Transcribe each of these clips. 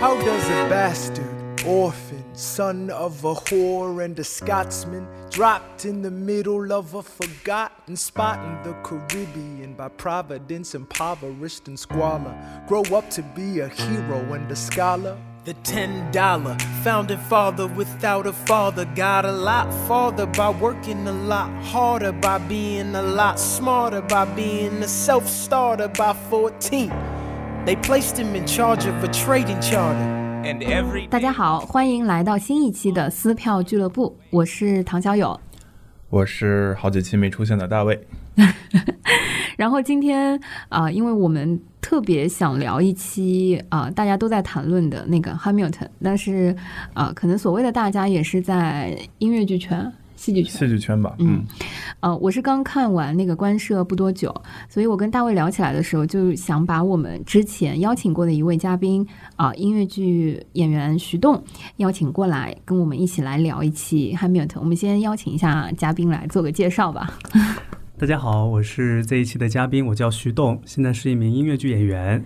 How does a bastard, orphan, son of a whore and a Scotsman, dropped in the middle of a forgotten spot in the Caribbean by providence, impoverished and squalor, grow up to be a hero and a scholar? The ten dollar founding father without a father got a lot farther by working a lot harder, by being a lot smarter, by being a self starter by 14. They placed him in charge of a trading charter. And every 大家好，欢迎来到新一期的撕票俱乐部，我是唐小友。我是好几期没出现的大卫。然后今天啊、呃因为我们特别想聊一期啊、呃大家都在谈论的那个 Hamilton，但是啊、呃可能所谓的大家也是在音乐剧圈、戏剧圈戏剧圈吧，嗯，呃，我是刚看完那个官社不多久，所以我跟大卫聊起来的时候，就想把我们之前邀请过的一位嘉宾啊、音乐剧演员徐栋邀请过来，跟我们一起来聊一期《汉密尔顿》。我们先邀请一下嘉宾来做个介绍吧。大家好，我是这一期的嘉宾，我叫徐栋，现在是一名音乐剧演员。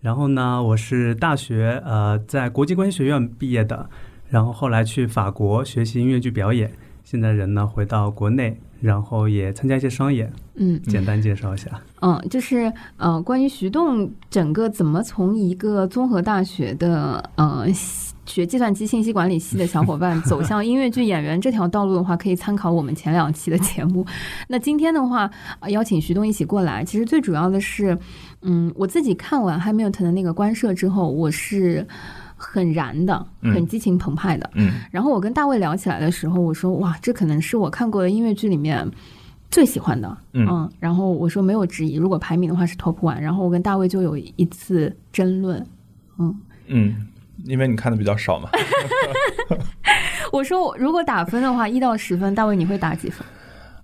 然后呢，我是大学呃在国际关系学院毕业的，然后后来去法国学习音乐剧表演，现在人呢回到国内，然后也参加一些商演。嗯简单介绍一下，嗯，就是呃，关于徐栋整个怎么从一个综合大学的呃西学计算机信息管理系的小伙伴走向音乐剧演员这条道路的话，可以参考我们前两期的节目。那今天的话，呃邀请徐栋一起过来，其实最主要的是，嗯，我自己看完 Hamilton 的那个官社之后，我是很燃的，很嗯激情澎湃的。嗯，然后我跟大卫聊起来的时候，我说哇，这可能是我看过的音乐剧里面最喜欢的，嗯然后我说没有之一，如果排名的话是 top one。然后我跟大卫就有一次争论，嗯，嗯，因为你看的比较少 嘛，我说我如果打分的话，一到十分，大卫你会打几分？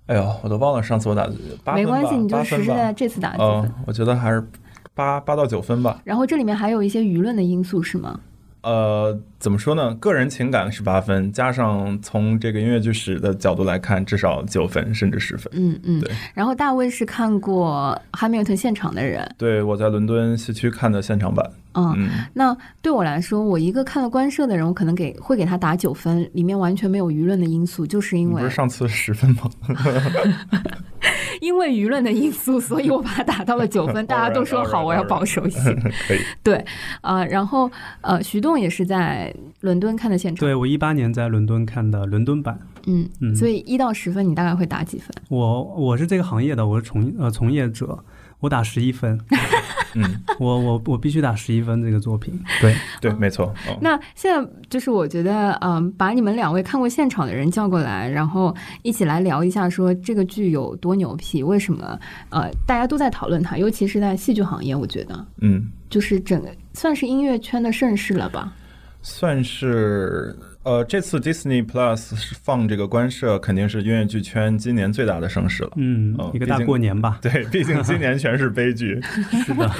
哎呦，我都忘了上次我打八没分吧，关系，你就八实分实在在吧。这次打几分。嗯，我觉得还是八八到九分吧。然后这里面还有一些舆论的因素是吗？呃，怎么说呢？个人情感是八分，加上从这个音乐剧史的角度来看，至少九分甚至十分。嗯嗯对。然后大卫是看过汉密尔顿现场的人，对我在伦敦西区看的现场版，嗯，嗯，那对我来说，我一个看了官社的人，我可能给会给他打九分，里面完全没有舆论的因素，就是你因不为是上次十分吗？ 因为舆论的因素，所以我把它打到了九 分。大家都说 Alright, 好， alright, 我要保守一些。 可以，对，呃，然后呃，徐栋也是在伦敦看的现场，对我一八年在伦敦看的伦敦版。嗯，哦嗯所以一到十分，你大概会打几分？我我是这个行业的，我是从呃从业者，我打十一分，嗯， 我我我必须打十一分这个作品。对，对，没错。嗯那现在就是我觉得，嗯、把你们两位看过现场的人叫过来，然后一起来聊一下，说这个剧有多牛批，为什么？呃，大家都在讨论它，尤其是在戏剧行业，我觉得嗯，就是整个算是音乐圈的盛世了吧。 算是呃，这次 Disney Plus 是放这个官社，肯定是音乐剧圈今年最大的盛事了。嗯哦，一个毕大竟过年吧。对，毕竟今年全是悲剧，呃是的，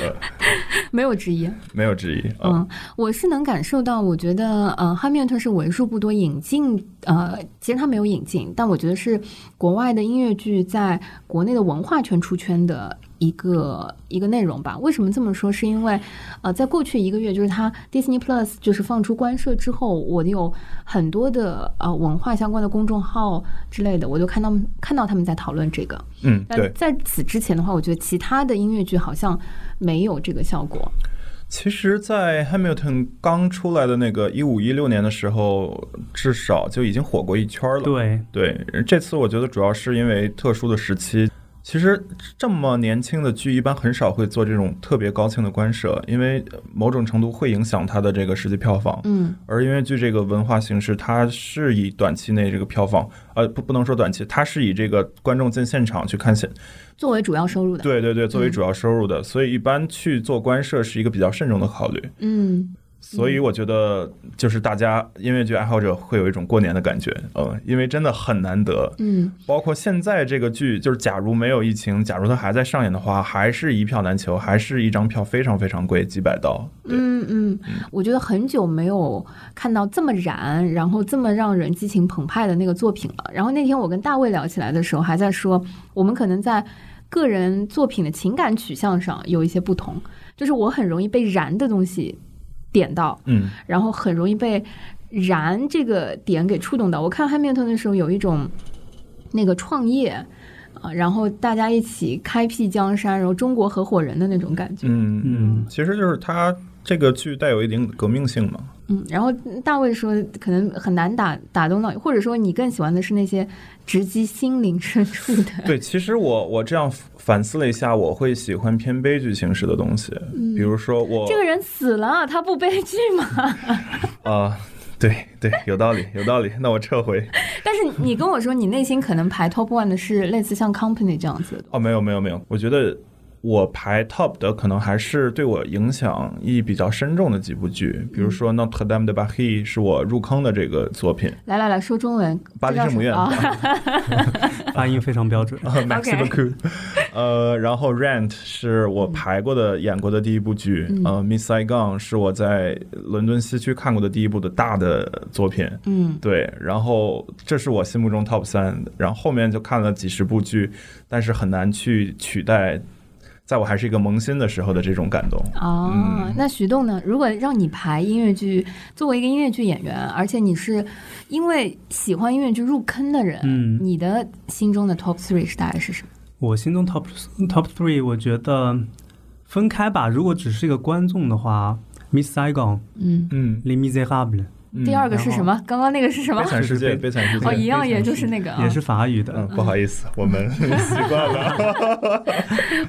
没有之一，没有之一。呃嗯，我是能感受到，我觉得，呃，汉密尔顿是为数不多引进，呃，其实他没有引进，但我觉得是国外的音乐剧在国内的文化圈出圈的一个一个内容吧。为什么这么说？是因为，呃，在过去一个月，就是它 Disney Plus 就是放出官社之后，我有很多的呃文化相关的公众号之类的，我就看到看到他们在讨论这个。嗯，但对，在此之前的话，我觉得其他的音乐剧好像没有这个效果。其实，在 Hamilton 刚出来的那个一五一六年的时候，至少就已经火过一圈了。对，对，这次我觉得主要是因为特殊的时期。其实这么年轻的剧，一般很少会做这种特别高清的官摄，因为某种程度会影响它的这个实际票房。嗯而音乐剧这个文化形式，它是以短期内这个票房，呃，不不能说短期，它是以这个观众进现场去看现，作为主要收入的。对对对，作为嗯主要收入的，所以一般去做官设是一个比较慎重的考虑。嗯，所以我觉得，就是大家音乐剧爱好者会有一种过年的感觉，呃，因为真的很难得。嗯，包括现在这个剧，就是假如没有疫情，假如它还在上演的话，还是一票难求，还是一张票非常非常贵，几百刀。对，嗯嗯，我觉得很久没有看到这么燃，然后这么让人激情澎湃的那个作品了。然后那天我跟大卫聊起来的时候，还在说我们可能在个人作品的情感取向上有一些不同，就是我很容易被燃的东西点到，嗯，然后很容易被燃这个点给触动到。我看《汉密特》的时候，有一种那个创业啊，然后大家一起开辟江山，然后中国合伙人的那种感觉。嗯嗯，其实就是它这个剧带有一定革命性嘛，嗯，然后大卫说，可能很难打打动到，或者说你更喜欢的是那些直击心灵深处的。 对，其实我我这样反思了一下，我会喜欢偏悲剧形式的东西，比如说我这个人死了，他不悲剧吗？ 啊、对对，有道理，有道理。那我撤回。但是你跟我说，你内心可能排 top one 的是类似像 Company 这样子的。哦，没有没有没有，我觉得我排 top 的可能还是对我影响意义比较深重的几部剧，比如说《Notre Dame de Paris》是我入坑的这个作品，来来来说中文，巴黎这叫圣母什院么 啊 发音非常标准。呃 m a x i m c 呃，然后《Rent》是我排过的、演过的第一部剧，嗯呃，《Miss Saigon》是我在伦敦西区看过的第一部的大的作品，嗯，对，然后这是我心目中 top 三，然后后面就看了几十部剧，但是很难去取代，在我还是一个萌新的时候的这种感动。哦，嗯那徐栋呢？如果让你排音乐剧，作为一个音乐剧演员，而且你是因为喜欢音乐剧入坑的人，嗯你的心中的 top three 是大概是什么？我心中 top top three，我觉得分开吧。如果只是一个观众的话，《Miss Saigon》嗯，嗯， 《Les Misérables 嗯第二个是什么？刚刚那个是什么悲？惨世界，就是悲惨世界。哦，一样，非常也就是那个，》也是法语的。嗯，不好意思，我们 习惯了。 啊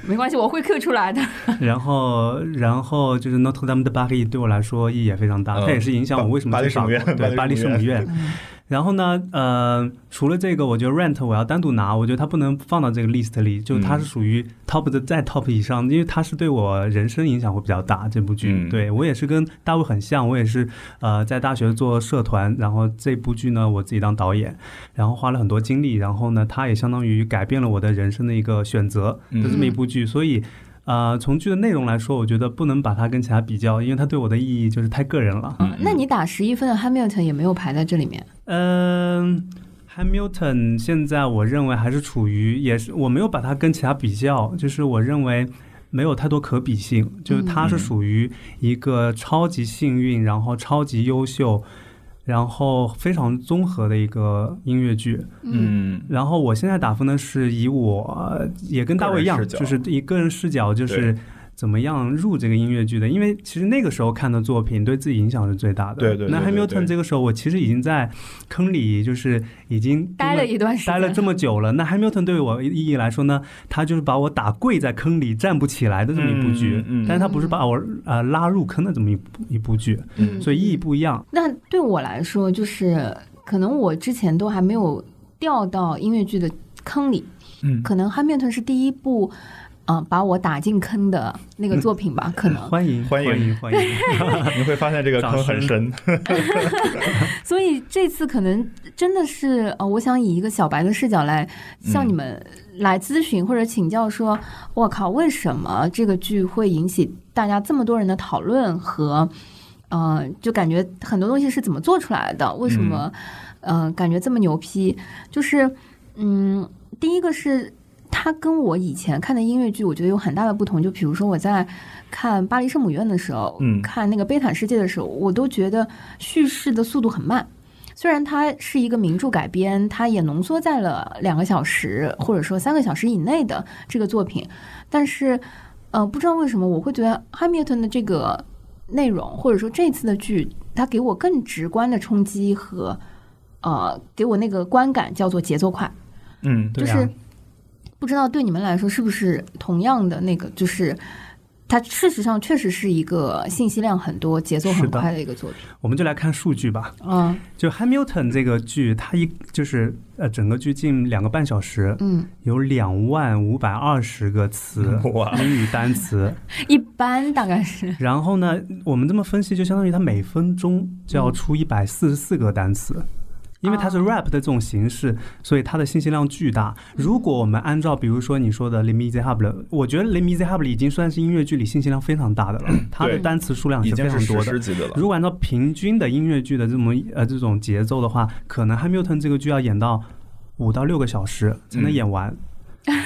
没关系，我会 Q 出来的。然后，然后就是 Notre Dame de Paris 对我来说意义也非常大，嗯它也是影响我为什么去法国巴黎圣母院对巴巴黎黎圣圣母母院。 然后呢，呃，除了这个，我觉得 Rent 我要单独拿，我觉得它不能放到这个 list 里，就它是属于 top 的再 top 以上，因为它是对我人生影响会比较大。这部剧、嗯对我也是跟大卫很像，我也是呃在大学做社团，然后这部剧呢我自己当导演，然后花了很多精力，然后呢，它也相当于改变了我的人生的一个选择嗯的嗯这么一部剧，所以。呃，从剧的内容来说，我觉得不能把它跟其他比较，因为它对我的意义就是太个人了。嗯，那你打十一分的 Hamilton 也没有排在这里面。嗯、h a m i l t o n 现在我认为还是处于，也是我没有把它跟其他比较，就是我认为没有太多可比性，就是它是属于一个超级幸运，然后超级优秀，然后非常综合的一个音乐剧。嗯，然后我现在打分呢，是以我呃也跟大卫一个样，人视角就是以个人视角，就是对怎么样入这个音乐剧的。因为其实那个时候看的作品对自己影响是最大的。对对对那对对 Hamilton 对这个时候，我其实已经在坑里，就是已经待了一段时间，待了这么久了。那 Hamilton 对我意义来说呢，他就是把我打跪在坑里站不起来的这么一部剧，嗯嗯嗯但是他不是把我呃拉入坑的这么一部一部剧，嗯所以意义不一样。那对我来说，就是可能我之前都还没有掉到音乐剧的坑里，嗯可能《汉密尔顿》是第一部，啊、把我打进坑的那个作品吧，可能。欢迎欢迎迎欢迎， 你会发现这个坑很深。 所以这次可能真的是，呃，我想以一个小白的视角来向你们来咨询或者请教说，我靠，为什么这个剧会引起大家这么多人的讨论和，呃，就感觉很多东西是怎么做出来的？为什么，呃，感觉这么牛批？就是，嗯，第一个是。它跟我以前看的音乐剧，我觉得有很大的不同。就比如说我在看《巴黎圣母院》的时候，嗯看那个《悲惨世界》的时候，我都觉得叙事的速度很慢。虽然它是一个名著改编，它也浓缩在了两个小时或者说三个小时以内的这个作品，但是，呃，不知道为什么我会觉得《汉密尔顿》的这个内容或者说这次的剧，它给我更直观的冲击和，呃，给我那个观感叫做节奏快。嗯，对 就是啊，不知道对你们来说是不是同样的那个，就是它事实上确实是一个信息量很多、节奏是很的快的一个作品。我们就来看数据吧。嗯就 Hamilton 这个剧，它一就是呃，整个剧近两个半小时，嗯，有两万五百二十个词哇，英语单词。一般大概是然后呢，我们这么分析，就相当于它每分钟就要出一百四十四个单词。因为它是嗯哦嗯 rap 的这种形式，所以它的信息量巨大。如果我们按照比如说你说的 l e m i z e Hub，我觉得 l e m i z e Hub 已经算是音乐剧里信息量非常大的了， 它的对单词数量已是非经常是史多的诗。级的了。如果按照平均的音乐剧的这么呃这种节奏的话，可能《汉密尔顿》这个剧要演到五到六个小时才能演完。嗯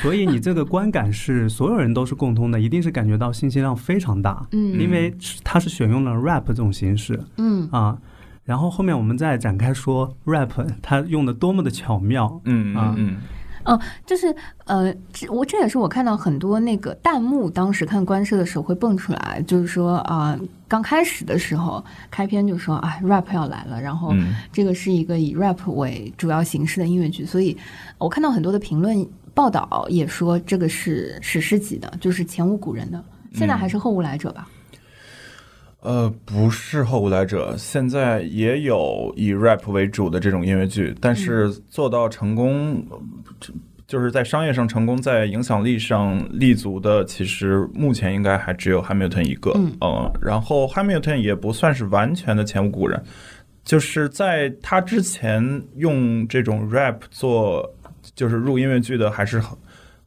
所以你这个观感是所有人都是共通的，一定是感觉到信息量非常大，嗯因为它是选用了 rap 这种形式嗯啊。然后后面我们再展开说 rap 它用的多么的巧妙，嗯啊嗯嗯，就是呃，这我这也是我看到很多那个弹幕，当时看官摄的时候会蹦出来，就是说啊、刚开始的时候开篇就说啊，rap 要来了，然后嗯这个是一个以 rap 为主要形式的音乐剧，所以我看到很多的评论报道也说这个是史诗级的，就是前无古人的，现在还是后无来者吧。呃，不是后无来者，现在也有以 rap 为主的这种音乐剧，但是做到成功，呃这就是在商业上成功，在影响力上立足的，其实目前应该还只有 Hamilton 一个。呃嗯然后 Hamilton 也不算是完全的前无古人，就是在他之前用这种 rap 做就是入音乐剧的，还是很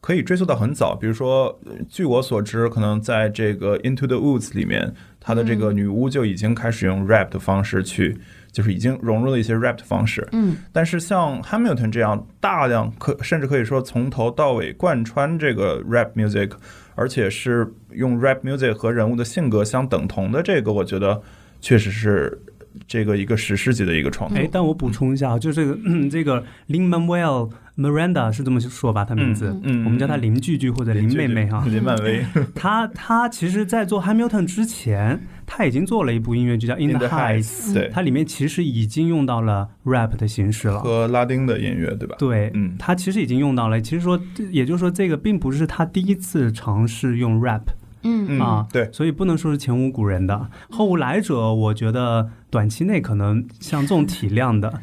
可以追溯到很早。比如说，呃据我所知，可能在这个《Into the Woods》里面，他的这个女巫就已经开始用 rap 的方式去，就是已经融入了一些 rap 的方式。嗯但是像 Hamilton 这样大量可甚至可以说从头到尾贯穿这个 rap music，而且是用 rap music 和人物的性格相等同的这个，我觉得确实是这个一个史诗级的一个创作哎，。但我补充一下啊，就这个、这个 Lin Manuel Miranda 是这么说吧，他名字，嗯嗯我们叫他林句句或者林妹妹哈、林漫威，他他其实，在做 Hamilton 之前，他已经做了一部音乐剧叫《In In the the Heights》， Heights，对，它里面其实已经用到了 rap 的形式了。和拉丁的音乐，对吧？对，嗯他其实已经用到了。其实说，也就是说，这个并不是他第一次尝试用 rap，嗯嗯啊对，所以不能说是前无古人的。后无来者，我觉得短期内可能像这种体量的。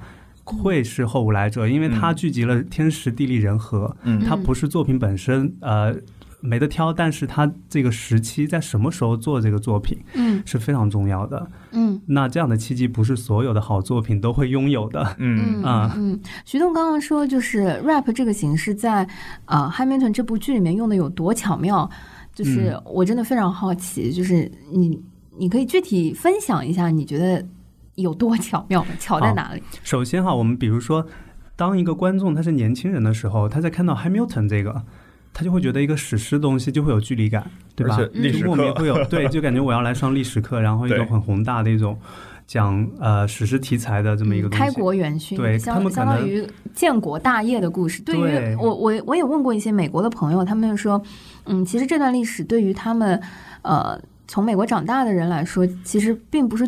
会是后无来者，因为它嗯聚集了天时地利人和，嗯它不是作品本身，呃，没得挑，但是它这个时期在什么时候做这个作品嗯是非常重要的。嗯那这样的契机不是所有的好作品都会拥有的，嗯啊嗯，徐栋刚刚说，就是 rap 这个形式在呃《Hamilton》这部剧里面用的有多巧妙，就是嗯我真的非常好奇，就是你你可以具体分享一下，你觉得有多巧妙吗？巧在哪里？首先哈，我们比如说，当一个观众他是年轻人的时候，他在看到 Hamilton 这个，他就会觉得一个史诗东西就会有距离感，对吧而？且历史就莫名课，会 有对，就感觉我要来上历史课，然后一对种很宏大的一种讲呃史诗题材的这么一个东西。嗯开国元勋，对他相们可相能当于建国大业的故事。对于对我，我我也问过一些美国的朋友，他们说，嗯，其实这段历史对于他们，呃，从美国长大的人来说，其实并不是，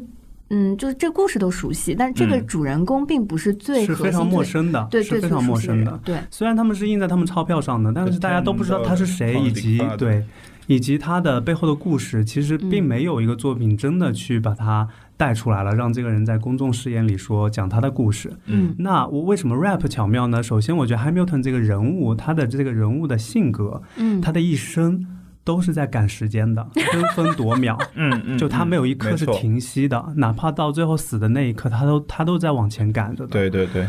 嗯，就是这故事都熟悉，但是这个嗯主人公并不是最是核心、非常陌生的，最，对是对，非最常熟陌悉的生人的。对，虽然他们是印在他们钞票上的，但是大家都不知道他是谁， The Ten 以及 Dollars 对，以及他的背后的故事，其实并嗯没有一个作品真的去把它带出来了，让这个人在公众视野里说讲他的故事。嗯那我为什么 rap 巧妙呢？首先，我觉得 Hamilton 这个人物，他的这个人物的性格，嗯，他的一生都是在赶时间的， 争分夺秒。嗯嗯，就他没有一没刻是错，停息的，哪怕到最后死的那一刻，他都他都在往前赶着的。，对对对，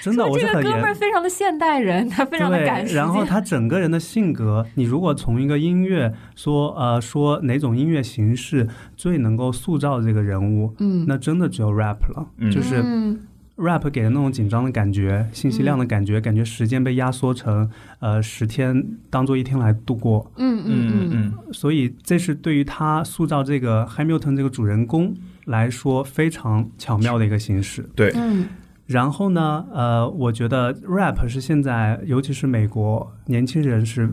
真的，说我是这个很哥严们儿非常的现代人，他非常的对，感时然后间他整个人的性格，你如果从一个音乐说呃说哪种音乐形式最能够塑造这个人物，嗯，那真的只有 rap 了，嗯就是嗯 rap 给人那种紧张的感觉、信息量的感觉，感觉时间被压缩成呃十天当做一天来度过，嗯嗯嗯嗯嗯所以这是对于他塑造这个 Hamilton 这个主人公来说非常巧妙的一个形式。对，嗯然后呢，呃，我觉得 rap 是现在，尤其是美国年轻人是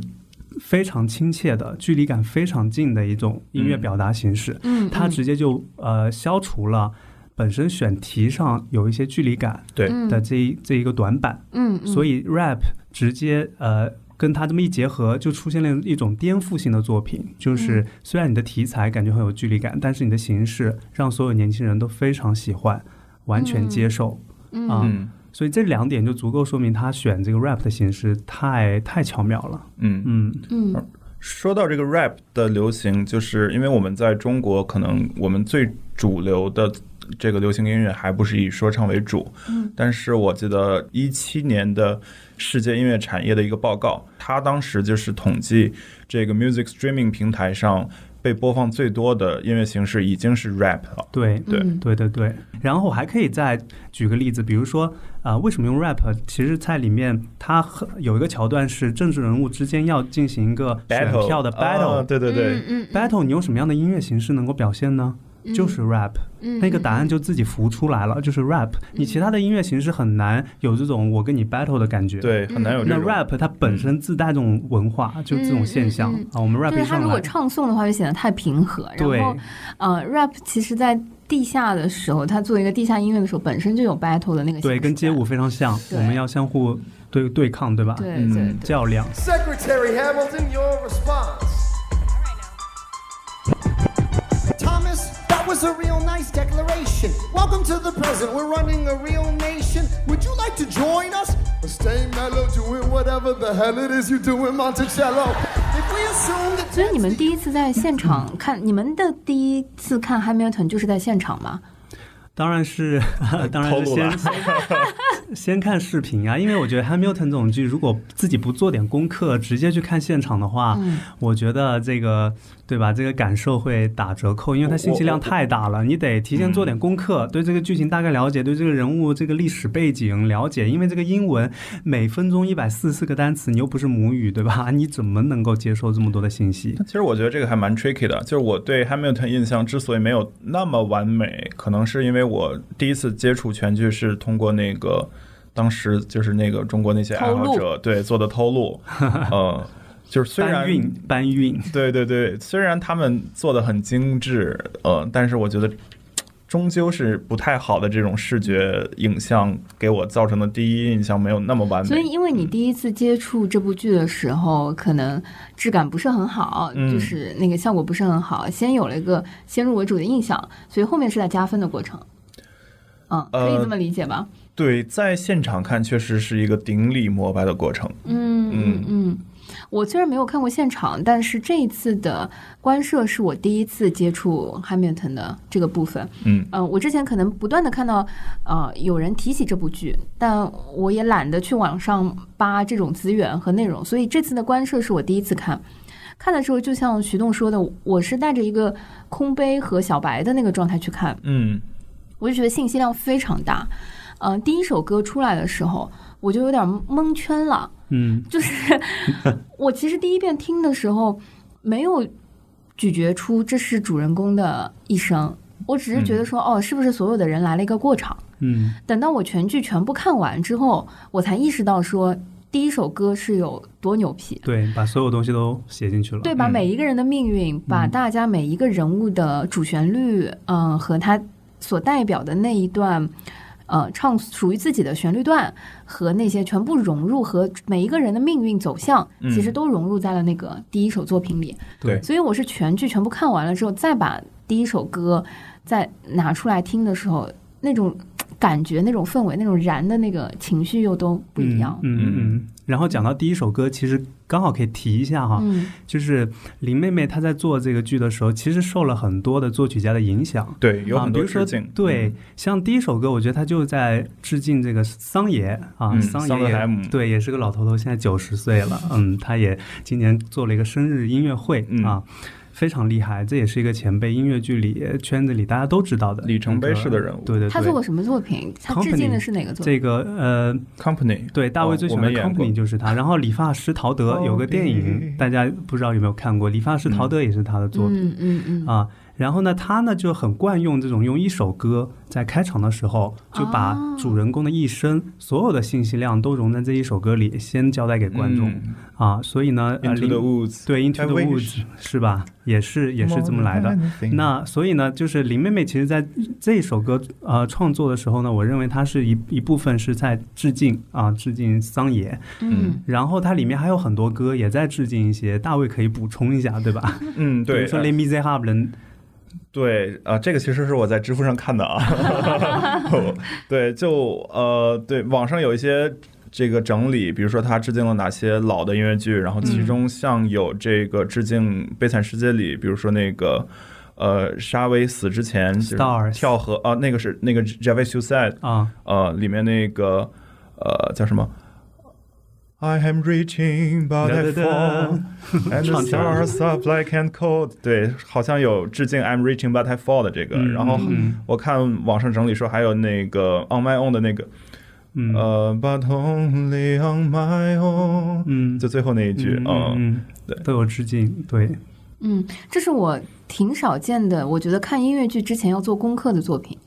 非常亲切的，距离感非常近的一种音乐表达形式。嗯，它直接就呃消除了本身选题上有一些距离感对的这一、这一个短板，嗯，嗯所以 rap 直接呃。跟它这么一结合，就出现了一种颠覆性的作品。就是嗯虽然你的题材感觉很有距离感，但是你的形式让所有年轻人都非常喜欢，完全接受。嗯啊嗯所以这两点就足够说明他选这个 rap 的形式太太巧妙了。嗯。嗯嗯说到这个 rap 的流行，就是因为我们在中国，可能我们最主流的这个流行音乐还不是以说唱为主。嗯，但是我记得一七年的世界音乐产业的一个报告，它当时就是统计这个 music streaming 平台上。被播放最多的音乐形式已经是 rap 了。对，对嗯对对对，然后我还可以再举个例子，比如说啊、呃为什么用 rap？其实，在里面它很有一个桥段是政治人物之间要进行一个选 battle 票的啊 battle。对对对，嗯嗯嗯 battle，你用什么样的音乐形式能够表现呢？嗯就是 rap，、嗯那个答案就自己浮出来了，就是 rap。你其他的音乐形式很难有这种我跟你 battle 的感觉。，对，很难有这那种。 rap 它本身自带这种文化，就这种现象、嗯嗯啊。我们 rap 就是一他上如果来，唱诵的话，就显得太平和。对然后，呃，rap 其实在地下的时候，他做一个地下音乐的时候，本身就有 battle 的那个对，形跟式街感舞非啊常像，我对们要相互对对抗，对吧？对嗯对对。较量。 Secretary Hamilton, your response. Thomas, that was a real nice declaration. Welcome to the present. We're running a real nation. Would you like to join us? Or stay mellow, doing whatever the hell it is you do in Monticello. If we assume that 所以你们第一次在现场嗯看，你们的第一次看 Hamilton 就是在现场吗？当然 是，当然是透露了先 先看视频啊，因为我觉得《Hamilton》这种剧，如果自己不做点功课，直接去看现场的话，嗯我觉得这个对吧？这个感受会打折扣，因为它信息量太大了，你得提前做点功课，对这个剧情大概了解，对这个人物这个历史背景了解，因为这个英文每分钟一百四十个单词，你又不是母语，对吧？ 你怎么能够接受这么多的信息？其实我觉得这个还蛮 tricky 的，就是我对 Hamilton 印象之所以没有那么完美，可能是因为我第一次接触全剧是通过那个当时就是那个中国那些爱好偷者对做的 偷录，呃，就是虽然搬运，搬运，对对对，虽然他们做的很精致，呃，但是我觉得终究是不太好的这种视觉影像给我造成的第一印象没有那么完美，所以，因为嗯你第一次接触这部剧的时候，可能质感不是很好，嗯就是那个效果不是很好，先有了一个先入为主的印象，所以后面是在加分的过程。嗯，可以呃这么理解吧？对，在现场看确实是一个顶礼膜拜的过程。嗯嗯嗯。我虽然没有看过现场，但是这一次的官摄是我第一次接触 Hamilton 的这个部分。嗯呃，我之前可能不断的看到呃有人提起这部剧，但我也懒得去网上扒这种资源和内容，所以这次的官摄是我第一次看。看的时候，就像徐栋说的，我是带着一个空杯和小白的那个状态去看，嗯，我就觉得信息量非常大。嗯、第一首歌出来的时候，我就有点蒙圈了。嗯，就是我其实第一遍听的时候没有咀嚼出这是主人公的一生，我只是觉得说、哦，是不是所有的人来了一个过场？嗯，等到我全剧全部看完之后，我才意识到说第一首歌是有多牛皮。对，把所有东西都写进去了。对，把嗯每一个人的命运，把嗯大家每一个人物的主旋律，嗯、和他所代表的那一段，呃，唱属于自己的旋律段和那些全部融入和每一个人的命运走向，嗯其实都融入在了那个第一首作品里。对所以我是全剧全部看完了之后，再把第一首歌再拿出来听的时候，那种感觉、那种氛围、那种燃的那个情绪又都不一样。嗯嗯嗯嗯。然后讲到第一首歌，其实刚好可以提一下哈，嗯就是林妹妹她在做这个剧的时候，其实受了很多的作曲家的影响。对，有啊很比多如说致敬。嗯对，像第一首歌，我觉得他就在致敬这个桑爷啊，嗯桑桑爷德海也姆对，也是个老头头，现在九十岁了，嗯，他也今年做了一个生日音乐会嗯啊，非常厉害，这也是一个前辈音乐剧里呃圈子里大家都知道的里程碑式的人物对对对，他做过什么作品？他致敬的是哪个作品？这个呃， ，Company，对，大卫最喜欢的哦我们演过哦 Company 就是他。然后理发师陶德有个电影，大家不知道有没有看过？理发师陶德也是他的作品、嗯嗯嗯啊。然后呢，他呢就很惯用这种用一首歌在开场的时候，就把哦主人公的一生、所有的信息量都融在这一首歌里，先交代给观众、嗯啊。所以呢，呃 Into 林 the Woods，对 Into the I wish Woods 是吧？也是也是这么来的。那所以呢，就是林妹妹其实在这一首歌呃创作的时候呢，我认为她是一一部分是在致敬啊，致敬桑野。嗯然后它里面还有很多歌也在致敬一些，大卫可以补充一下，对吧？嗯，比对如，说《呃 Let Me Say h a b l e n 对啊、这个其实是我在知乎上看 的啊。对，就呃，对，网上有一些这个整理，比如说他致敬了哪些老的音乐剧，然后其嗯中像有这个致敬《悲惨世界》里，比如说那个。呃，沙威死之前就是 Stars 跳河啊、那个是那个呃 Javis u s a d 啊，呃，里面那个呃叫什么 I am reaching, but 哒 I 哒 fall, and the 唱起来了 stars are black and cold。对，好像有致敬 I'm reaching, but I fall 的这个。嗯然后嗯我看网上整理说，还有那个 On My Own 的那个，嗯呃，But only on my own，嗯，就最后那一句，嗯，嗯，对都有致敬，对，嗯，这是我挺少见的，我觉得看音乐剧之前要做功课的作品。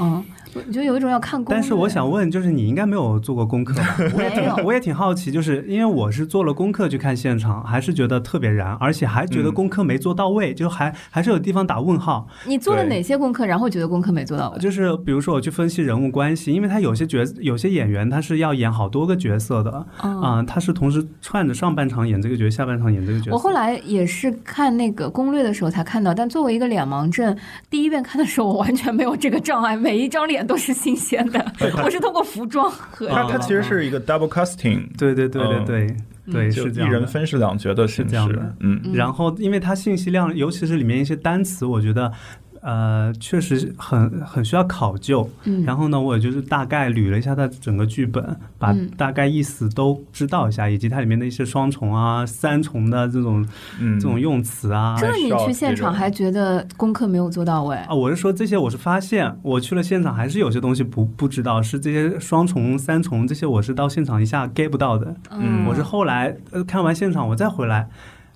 嗯，我觉得有一种要看攻但略。是我想问，就是你应该没有做过功课吧？我也 没有挺，我也挺好奇，就是因为我是做了功课去看现场，还是觉得特别燃，而且还觉得嗯功课没做到位，就还还是有地方打问号。你做了对哪些功课，然后觉得功课没做到位？就是比如说我去分析人物关系，因为他有些角有些演员他是要演好多个角色的，嗯啊、他是同时串着上半场演这个角色，下半场演这个角色。我后来也是看那个攻略的时候才看到，但作为一个脸盲症，第一遍看的时候我完全没有这个障碍，每一张脸都是新鲜 的。我是通过服装和它它嗯其实是一个 double casting，对对对对哦对、嗯对，就是这一样的人分饰两角的形是这样式的，嗯。然后，因为它信息量，尤其是里面一些单词，我觉得。呃，确实很很需要考究。嗯然后呢，我也就是大概捋了一下它整个剧本，把嗯大概意思都知道一下，以及它里面的一些双重啊、三重的这种、嗯这种用词啊。这你去 shot 现这场种还觉得功课没有做到哎位啊，？我是说这些，我是发现我去了现场，还是有些东西不不知道，是这些双重、三重这些，我是到现场一下 get 不到的。嗯我是后来呃看完现场，我再回来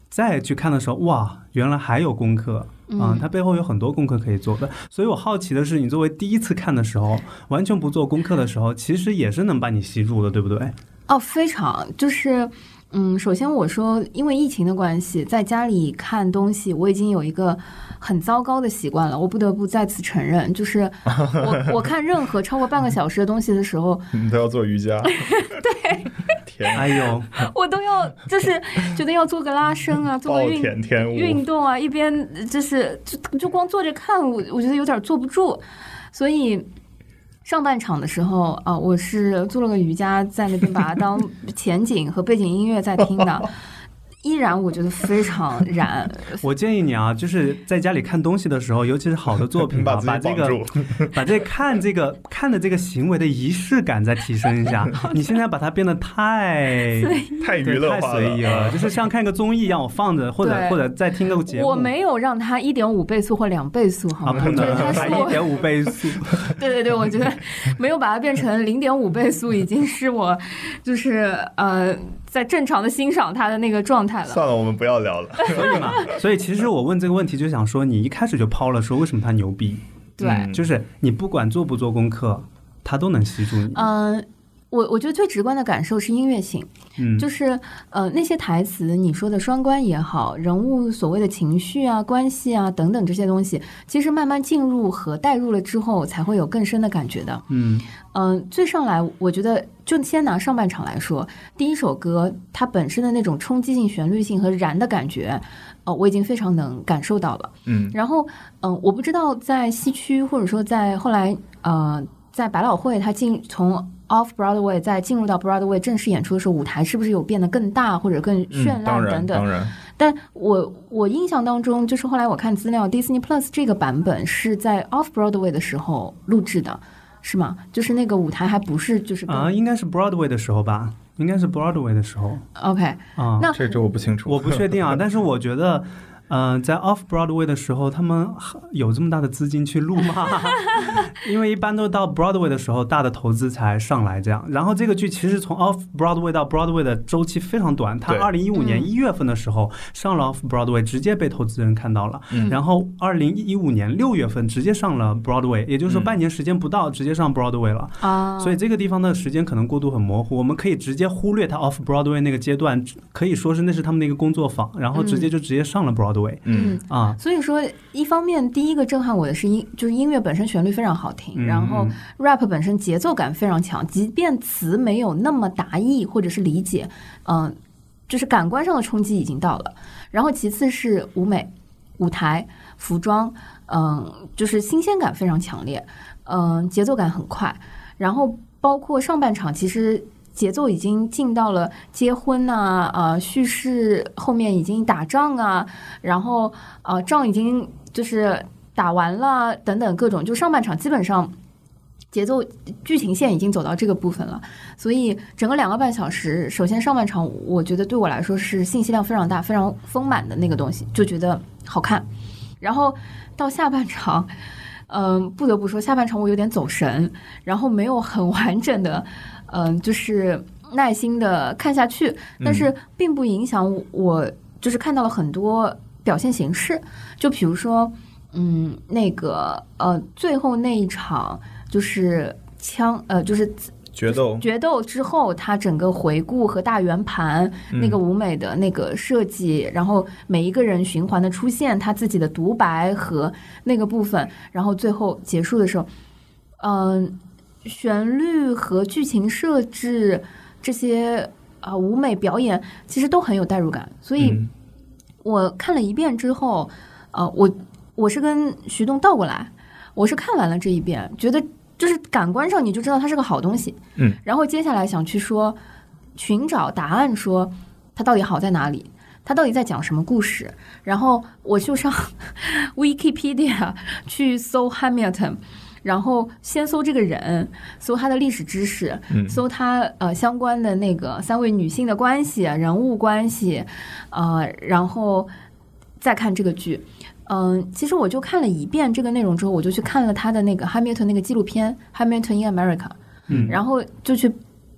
再去看的时候，哇，原来还有功课。啊、嗯它背后有很多功课可以做的，所以我好奇的是，你作为第一次看的时候，完全不做功课的时候，其实也是能把你吸住的，对不对？哦，非常就是。嗯，首先我说，因为疫情的关系，在家里看东西，我已经有一个很糟糕的习惯了。我不得不再次承认，就是我 我看任何超过半个小时的东西的时候，你嗯都要做 瑜伽，对，天哪，哎呦， 我都要就是觉得要做个拉伸 啊，做暴个运殄天物，运动啊，一边就是就就光坐着看，我我觉得有点坐不住，所以。上半场的时候啊、我是做了个瑜伽，在那边把 它当前景和背景音乐在听的，依然我觉得非常燃。 我建议你啊，就是在家里看东西的时候，尤其是好的作品 把啊，自把己这绑个 住，把这看这个看的这个行为的仪式感再提升一下。你现在把它变得 太太对娱乐太化随意了，了，就是像看个综艺一样，我放着或者对或者再听个节目。我没有让它一点五倍速或两倍速，好啊，吗？不就是能它还是 我一点五倍速，对对对，我觉得没有把它变成零点五倍速，已经是我就是呃在正常的欣赏它的那个状态了。算了，我们不要 聊了。所以嘛， 所以其实我问这个问题就想说，你一开始就抛了说为什么他牛逼，对，嗯就是你不管做不做功课，他都能吸住你。嗯，我我觉得最直观的感受是音乐性，嗯，就是呃那些台词，你说的双关也好，人物所谓的情绪啊、关系啊等等这些东西，其实慢慢进入和带入了之后，才会有更深的感觉的。嗯嗯、最上来，我觉得就先拿上半场来说，第一首歌它本身的那种冲击性、旋律性和燃的感觉，呃，我已经非常能感受到了。嗯然后，嗯、我不知道在西区，或者说在后来，呃，在百老汇，它进从 Off Broadway 再进入到 Broadway 正式演出的时候，舞台是不是有变得更大或者更嗯，绚当烂然等等？当然， 但我我印象当中，就是后来我看资料，Disney Plus 这个版本是在 Off Broadway 的时候录制的，是吗？就是那个舞台还不是就是跟、啊，应该是 Broadway 的时候吧，应该是 Broadway 的时候 OK，啊。那这这我不清楚，我不确定啊，但是我觉得。嗯、在 Off Broadway 的时候，他们有这么大的资金去录吗？ 因为一般都到 Broadway 的时候，大的投资才上来这样。然后这个剧其实从 Off Broadway 到 Broadway 的周期非常短，它对二零一五年嗯一月份的时候上了 Off Broadway，直接被投资人看到了。嗯然后二零一五年六月份直接上了 Broadway，也就是说嗯半年时间不到，直接上 Broadway 了。啊，所以这个地方的时间可能过渡很模糊，我们可以直接忽略它 Off Broadway 那个阶段，可以说是那是他们的一个工作坊，然后直嗯接就直接上了 Broadway、嗯，啊。所以说，一方面，第一个震撼我的是音，就是音乐本身旋律非常好听，嗯然后嗯 rap 本身节奏感非常强，即便词没有那么达意或者是理解，嗯、就是感官上的冲击已经到了。然后其次是舞美、舞台、服装，嗯、就是新鲜感非常强烈，嗯、节奏感很快，然后包括上半场其实。节奏已经进到了结婚呐、啊，呃，叙事后面已经打仗啊，然后呃，仗已经就是打完了等等各种，就上半场基本上节奏剧情线已经走到这个部分了，所以整个两个半小时，首先上半场我觉得对我来说是信息量非常大、非常丰满的那个东西，就觉得好看。然后到下半场，嗯，不得不说下半场我有点走神，然后没有很完整的，嗯，就是耐心的看下去，但是并不影响我，就是看到了很多表现形式，就比如说，嗯，那个呃，最后那一场就是枪，呃，就是 决斗，决斗之后，它整个回顾和大圆盘、那个舞美的那个设计，然后每一个人循环的出现，他自己的独白和那个部分，然后最后结束的时候，嗯、旋律和剧情设置这些啊、舞美表演其实都很有代入感，所以嗯我看了一遍之后，呃，我我是跟徐栋倒过来，我是看完了这一遍，觉得就是感官上你就知道它是个好东西，嗯，然后接下来想去说寻找答案说，它到底好在哪里。它到底在讲什么故事？然后我就上 Wikipedia 去搜 Hamilton，然后先搜这个人，搜他的历史知识，嗯搜他呃相关的那个三位女性的关系、啊人物关系，呃，然后再看这个剧。嗯，其实我就看了一遍这个内容之后，我就去看了他的那个 Hamilton 那个纪录片《Hamilton in America》，嗯然后就去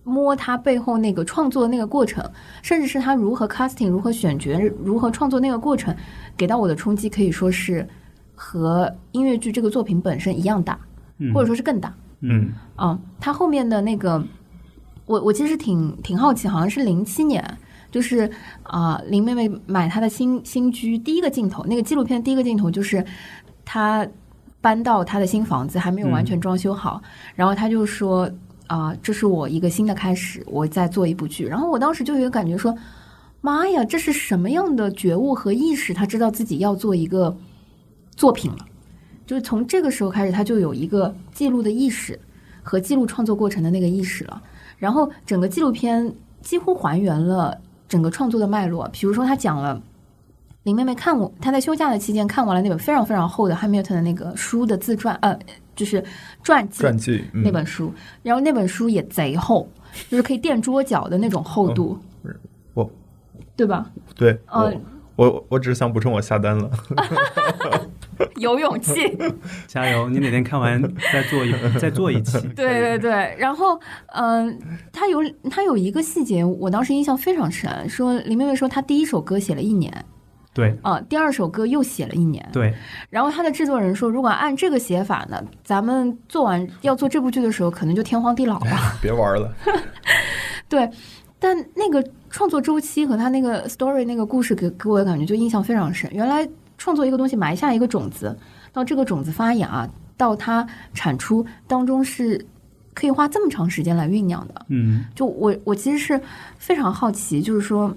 摸他背后那个创作的那个过程，甚至是他如何 casting、如何选角、如何创作那个过程，给到我的冲击可以说是和音乐剧这个作品本身一样大，或者说是更大。嗯嗯，他后面的那个，我我其实挺挺好奇，好像是零七年，就是啊、林妹妹买她的新新居第一个镜头，那个纪录片第一个镜头就是她搬到她的新房子，还没有完全装修好，然后她就说啊、这是我一个新的开始，我在做一部剧。然后我当时就有一个感觉说，妈呀，这是什么样的觉悟和意识？她知道自己要做一个作品了。就是从这个时候开始，她就有一个记录的意识，和记录创作过程的那个意识了。然后整个纪录片几乎还原了整个创作的脉络，比如说他讲了。林妹妹看我，她在休假的期间看完了那本非常非常厚的汉密尔顿的那个书的自传，呃，就是传记，传记那嗯，本书，然后那本书也贼厚，就是可以垫桌角的那种厚哦度，我对吧？对，呃我我我只是想补充，我下单了。 有勇气，加油！你哪天看 完再做一再做一期。对对对。然后，嗯、他有他有一个细节，我当时印象非常深，说林妹妹说她第一首歌写了一年，对啊、第二首歌又写了一年，对，然后他的制作人说，如果按这个写法呢，咱们做完要做这部剧的时候，可能就天荒地老了。 别玩了，对，但那个创作周期和他那个 story 那个故事给给我的感觉就印象非常深。原来创作一个东西埋下一个种子，到这个种子发芽，到它产出当中是可以花这么长时间来酝酿的。嗯就我我其实是非常好奇，就是说，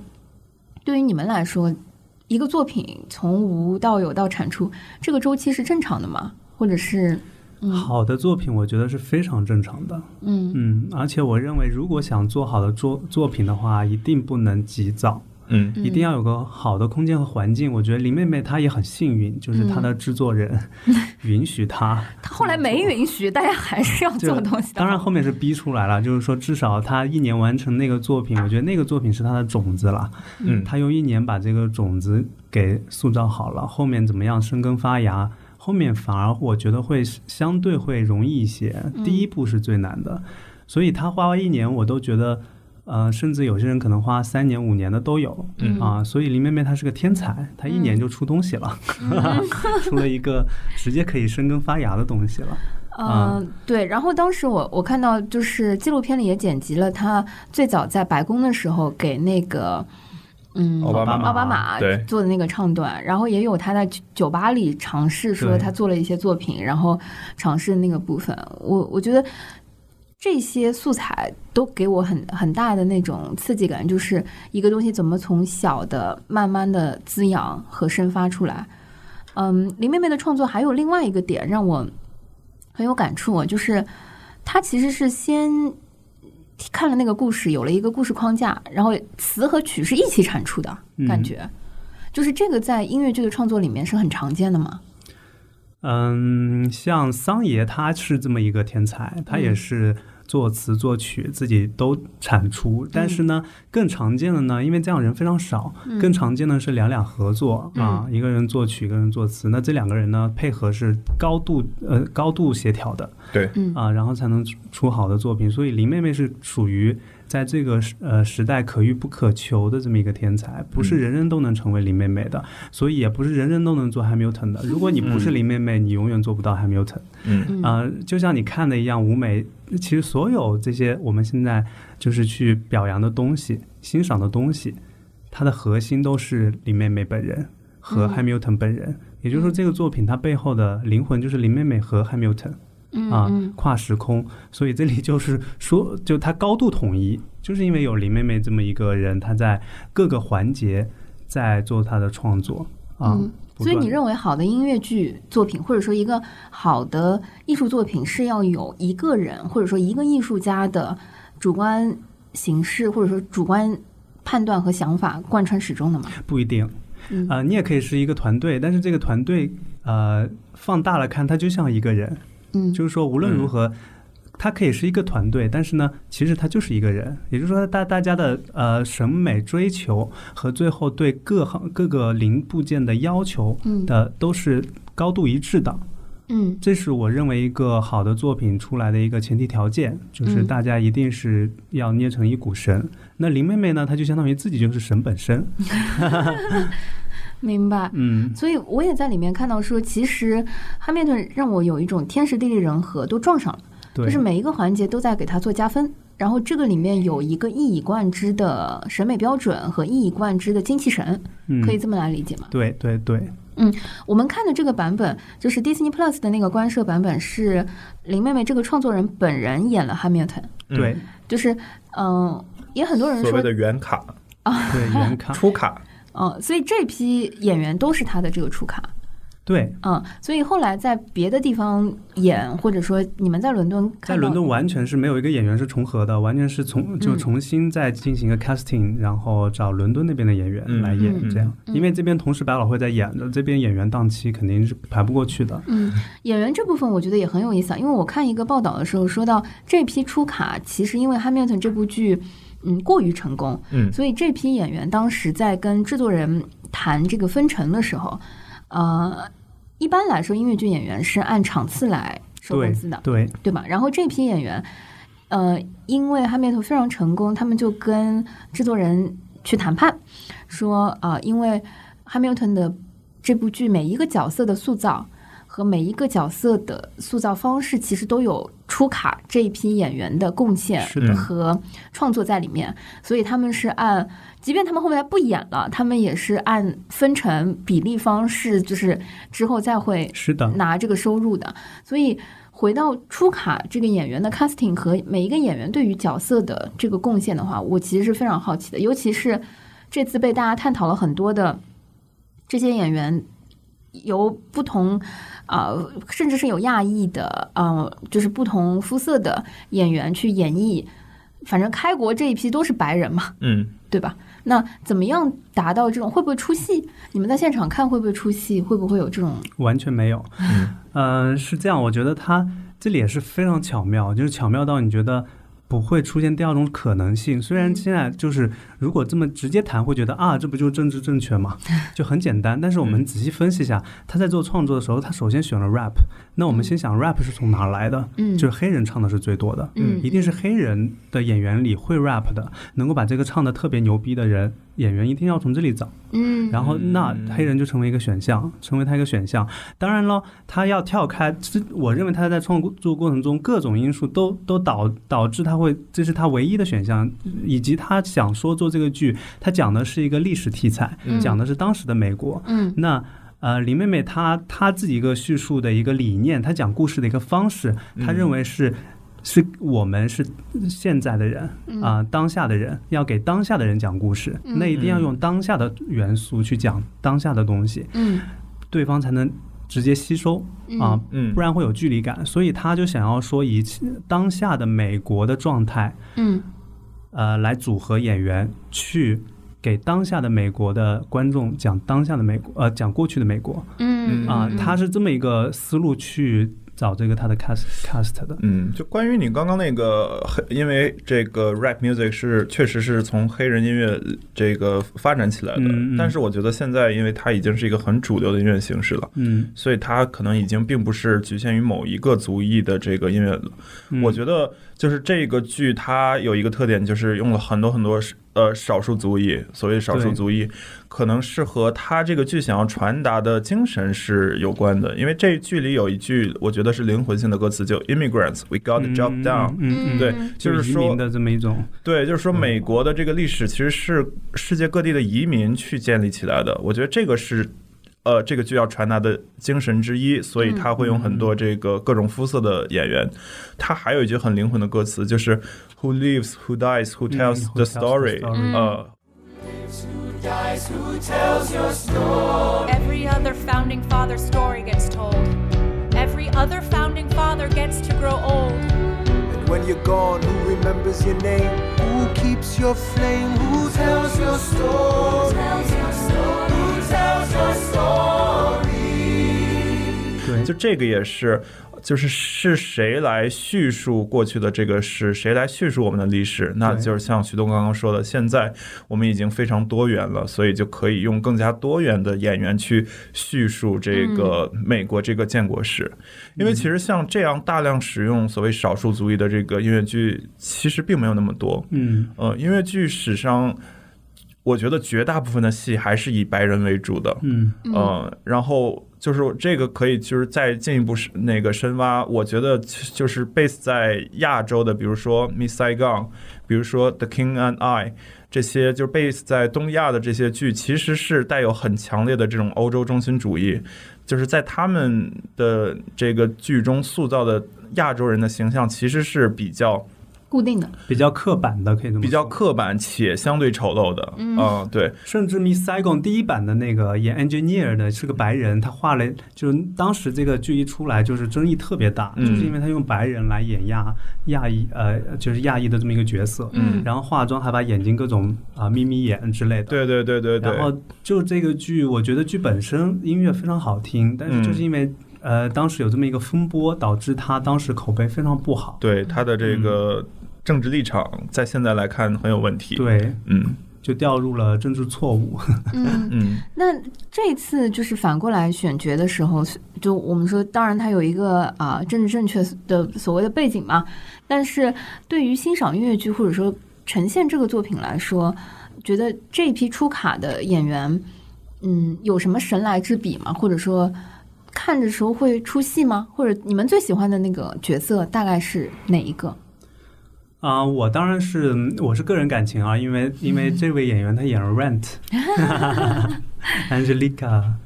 对于你们来说，一个作品从无到有到产出，这个周期是正常的吗？或者是，嗯好的作品我觉得是非常正常的。嗯嗯，而且我认为，如果想做好的作作品的话，一定不能急躁，嗯嗯一定要有个好的空间和环境。我觉得林妹妹她也很幸运，就是嗯她的制作人 允许她。他后来没允许，大家还是要就做东西的。当然，后面是逼出来了，就是说至少她一年完成那个作品，我觉得那个作品是她的种子了。嗯，他用一年把这个种子给塑造好了，后面怎么样生根发芽，后面反而我觉得会相对会容易一些。嗯第一步是最难的，所以他花一年，我都觉得，呃，甚至有些人可能花三年、五年的都有。嗯啊，所以林妹妹她是个天嗯才，她一年就出东西 了， 出了一个直接可以生根发芽的东西了。啊嗯，对。然后当时我我看到就是纪录片里也剪辑了他最早在白宫的时候给那个哦嗯奥巴马奥巴马对做的那个唱段，然后也有他在酒酒吧里尝试说对他做了一些作品，然后尝试那个部分。我我觉得这些素材都给我很很大的那种刺激感，就是一个东西怎么从小的慢慢的滋养和生发出来。嗯，林妹妹的创作还有另外一个点让我很有感触，啊就是她其实是先看了那个故事，有了一个故事框架，然后词和曲是一起产出嗯的感觉，就是这个在音乐剧的创作里面是很常见的嘛。嗯，像桑爷他是这么一个天才，他也是作词作曲自己都产出，但是呢，更常见的呢，因为这样人非常少，嗯更常见的是两两合作啊，一个人作曲，一个人作词，那这两个人呢配合是高度呃高度协调的，对，嗯啊，然后才能出出好的作品。所以林妹妹是属于在这个时呃时代可遇不可求的这么一个天才，不是人人都能成为林妹妹的，所以也不是人人都能做 Hamilton 的。如果你不是嗯林妹妹，你永远做不到 Hamilton。嗯嗯啊、就像你看的一样，舞美其实所有这些我们现在就是去表扬的东西、欣赏的东西，它的核心都是林妹妹本人和嗯 Hamilton 本人。也就是说，这个作品它背后的灵魂就是林妹妹和 Hamilton。嗯啊嗯，跨时空，所以这里就是说，就它高度统一，就是因为有林妹妹这么一个人，她在各个环节在做她的创作啊。嗯不所以断你地认为好的音乐剧作品，或者说一个好的艺术作品，是要有一个人或者说一个艺术家的主观形式，或者说主观判断和想法贯穿始终的吗？不一定，嗯啊，你也可以是一个团队，但是这个团队呃放大了看，它就像一个人，嗯，就是说无论如何，它可以是一个团队，但是呢，其实它就是一个人。也就是说，大大家的呃审美追求和最后对各行各个零部件的要求嗯的呃都是高度一致的。嗯这是我认为一个好的作品出来的一个前提条件，就是嗯大家一定是要捏成一股绳。那林妹妹呢，她就相当于自己就是神本身。明白。嗯，所以我也在里面看到说，其实汉密尔顿让我有一种天时地利人和都撞上了，对，就是每一个环节都在给他做加分。然后这个里面有一个一以贯之的审美标准和一以贯之的精气神，嗯可以这么来理解吗？对对对，我们看的这个版本，就是 Disney Plus 的那个官摄版本，是林妹妹这个创作人本人演了汉密尔顿，嗯对、就是嗯、也很多人所说啊谓，的原卡、对，原卡，出卡，嗯、所以这批演员都是他的这个出卡，对，嗯，所以后来在别的地方演，或者说你们在伦敦在看到伦敦完全是没有一个演员是重合的，完全是从就嗯重新再进行一个 casting，、然后找伦敦那边的演员嗯来演、嗯这样，嗯因为这边同时百老汇在演着，这边演员档期肯定是排不过去的。嗯，演员这部分我觉得也很有意思啊，因为我看一个报道的时候说到，这批出卡其实因为《汉密尔顿》这部剧，嗯，过于成功，嗯所以这批演员当时在跟制作人谈这个分成的时候，呃，一般来说音乐剧演员是按场次来收工对资的，对，对吧？然后这批演员，呃，因为《汉密尔顿》非常成功，他们就跟制作人去谈判，说啊、呃因为《汉密尔顿》的这部剧每一个角色的塑造和每一个角色的塑造方式，其实都有出卡这一批演员的贡献是的和创作在里面，所以他们是按，即便他们后来不演了，他们也是按分成比例方式，就是之后再会是的，拿这个收入的。所以回到出卡这个演员的 casting 和每一个演员对于角色的这个贡献的话，我其实是非常好奇的，尤其是这次被大家探讨了很多的这些演员。由不同，呃，甚至是有亚裔的，呃，就是不同肤色的演员去演绎，反正开国这一批都是白人嘛，嗯，对吧？那怎么样达到这种会不会出戏？你们在现场看会不会出戏？会不会有这种完全没有。嗯嗯、是这样，我觉得它这里也是非常巧妙，就是巧妙到你觉得。不会出现第二种可能性。虽然现在就是，如果这么直接谈，会觉得啊，这不就是政治正确嘛，就很简单。但是我们嗯仔细分析一下，他在做创作的时候，他首先选了 rap。那我们先想 rap 是从哪儿来的？嗯就是黑人唱的是最多的，嗯一定是黑人的演员里会 rap 的，能够把这个唱的特别牛逼的人，演员一定要从这里找。嗯然后那黑人就成为一个选项，成为他一个选项。当然了，他要跳开，这我认为他在创作过程中各种因素都都导导致他会，这是他唯一的选项，以及他想说做这个剧，他讲的是一个历史题材，嗯讲的是当时的美国。嗯那呃，林妹妹她她自己一个叙述的一个理念，她讲故事的一个方式，她认嗯为是。是我们是现在的人嗯啊、当下的人要给当下的人讲故事，嗯那一定要用当下的元素去讲当下的东西，嗯对方才能直接吸收嗯啊、嗯不然会有距离感。所以他就想要说以当下的美国的状态，嗯呃，来组合演员去给当下的美国的观众讲当下的美国，呃，讲过去的美国嗯啊、嗯他是这么一个思路去找这个他的 cast cast 的。嗯，就关于你刚刚那个黑，因为这个 rap music 是确实是从黑人音乐这个发展起来的，嗯嗯但是我觉得现在因为它已经是一个很主流的音乐形式了，嗯，所以它可能已经并不是局限于某一个族裔的这个音乐了。嗯我觉得就是这个剧它有一个特点，就是用了很多很多呃少数族裔，所谓少数对族裔，可能是和它这个剧想要传达的精神是有关的。因为这剧里有一句我觉得是灵魂性的歌词，就 “immigrants we got the job 嗯 done”，、嗯嗯嗯对，就就是移说民的这么一种，对，就是嗯说美国的这个历史其实是世界各地的移民去建立起来的。我觉得这个是。呃，这个剧要传达的精神之一，所以他会用很嗯多这个各种肤色的演员。他还有一句很灵魂的歌词，就是 “Who lives, who dies, 嗯 who tells the who tells the story”、 story 呃， Every other founding father story gets told. Every other founding father gets to grow old. And when you're gone, who remembers your name? Who keeps your flame? Who tells your story? Who tells your story? 对，就这个也是，就是是谁来叙述过去的这个是谁来叙述我们的历史？那对就是像徐东刚刚说的，现在我们已经非常多元了，所以就可以用更加多元的演员去叙述这个嗯美国这个建国史。因为其实像这样大量使用所谓少数族裔的这个音乐剧，其实并没有那么多。嗯呃，音乐剧史上，我觉得绝大部分的戏还是以白人为主的。嗯嗯，然后就是这个可以就是再进一步是那个深挖，我觉得其就是 base 在亚洲的，比如说 Miss Saigon，比如说 The King and I 这些，就是 base 在东亚的这些剧，其实是带有很强烈的这种欧洲中心主义，就是在他们的这个剧中塑造的亚洲人的形象，其实是比较固定 的，比较刻板的，可以这么 比较说刻板且相对丑陋的，嗯，对，甚至 Miss Saigon 第一版的那个演 engineer 的是个白人，他画了，就是当时这个剧一出来，就是争议特别大，嗯就是因为他用白人来演亚亚裔，呃，就是亚裔的这么一个角色，嗯然后化妆还把眼睛各种啊、眯眯眼之类的，对对对对对，然后就这个剧，我觉得剧本身音乐非常好听，但是就是因为、呃当时有这么一个风波，导致他当时口碑非常不好，对他的嗯这个政治立场，在现在来看很有问题。，对，嗯就掉入了政治错误， 嗯，嗯，那这次就是反过来选角的时候，就我们说，当然它有一个啊、政治正确的所谓的背景嘛，但是对于欣赏音乐剧或者说呈现这个作品来说，觉得这一批出卡的演员，嗯，有什么神来之笔吗？或者说看的时候会出戏吗？或者你们最喜欢的那个角色大概是哪一个？啊、我当然是我是个人感情啊，因为因为这位演员他演了 Rent，Angelica，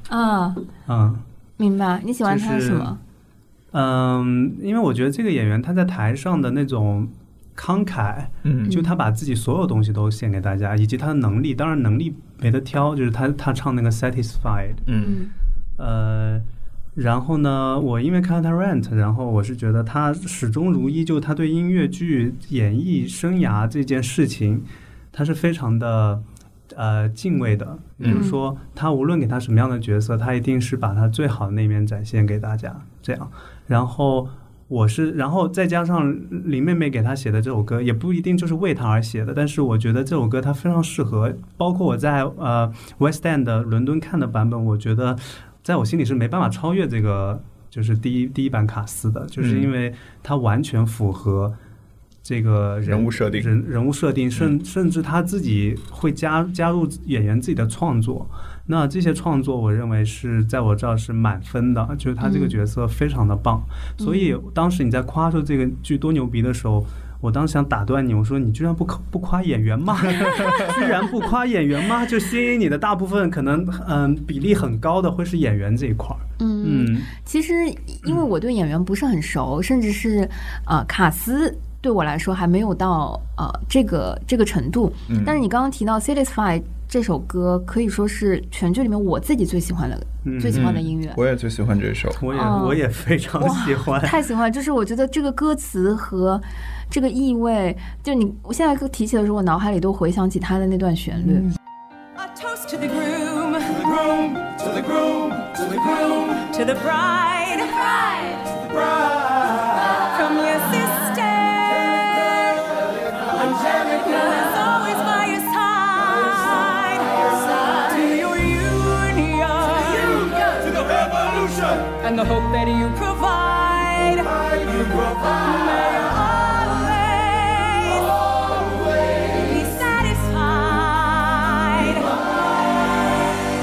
啊，嗯明白，你喜欢他就是什么？嗯，因为我觉得这个演员他在台上的那种慷慨，嗯就他把自己所有东西都献给大家，以及他的能力，当然能力没得挑，就是他他唱那个 Satisfied，嗯嗯呃。然后呢，我因为看了他 Rent，然后我是觉得他始终如一，就他对音乐剧演艺生涯这件事情，他是非常的呃敬畏的。也就是说，他无论给他什么样的角色，他一定是把他最好的那面展现给大家。这样，然后我是，然后再加上林妹妹给他写的这首歌，也不一定就是为他而写的，但是我觉得这首歌它非常适合，包括我在呃 West End 的伦敦看的版本，我觉得在我心里是没办法超越这个，就是第一第一版卡斯的，就是因为它完全符合。这个人人物设定人人物设定，甚甚至他自己会加加入演员自己的创作，那这些创作，我认为是在我这儿是满分的，就是他这嗯个角色非常的棒。所以当时你在夸说这个剧多牛逼的时候，我当时想打断你，我说你居然不夸不夸演员吗？居然不夸演员吗？就吸引你的大部分可能嗯比例很高的会是演员这一块儿。嗯嗯其实，因为我对演员不是很熟，甚至是呃卡斯对我来说还没有到呃这个这个程度。嗯但是你刚刚提到《Satisfy》这首歌，可以说是全剧里面我自己最喜欢的、嗯最喜欢的音乐。我也最喜欢这首。我也、哦我也非常喜欢。太喜欢，就是我觉得这个歌词和嗯这个意味，就你我现在提起的时候，我脑海里都回想起他的那段旋律。 to the bride. To the bride. From your sister. Angelica is always by your side. To your union. To the revolution! And the hope that you provide. May you always be satisfied.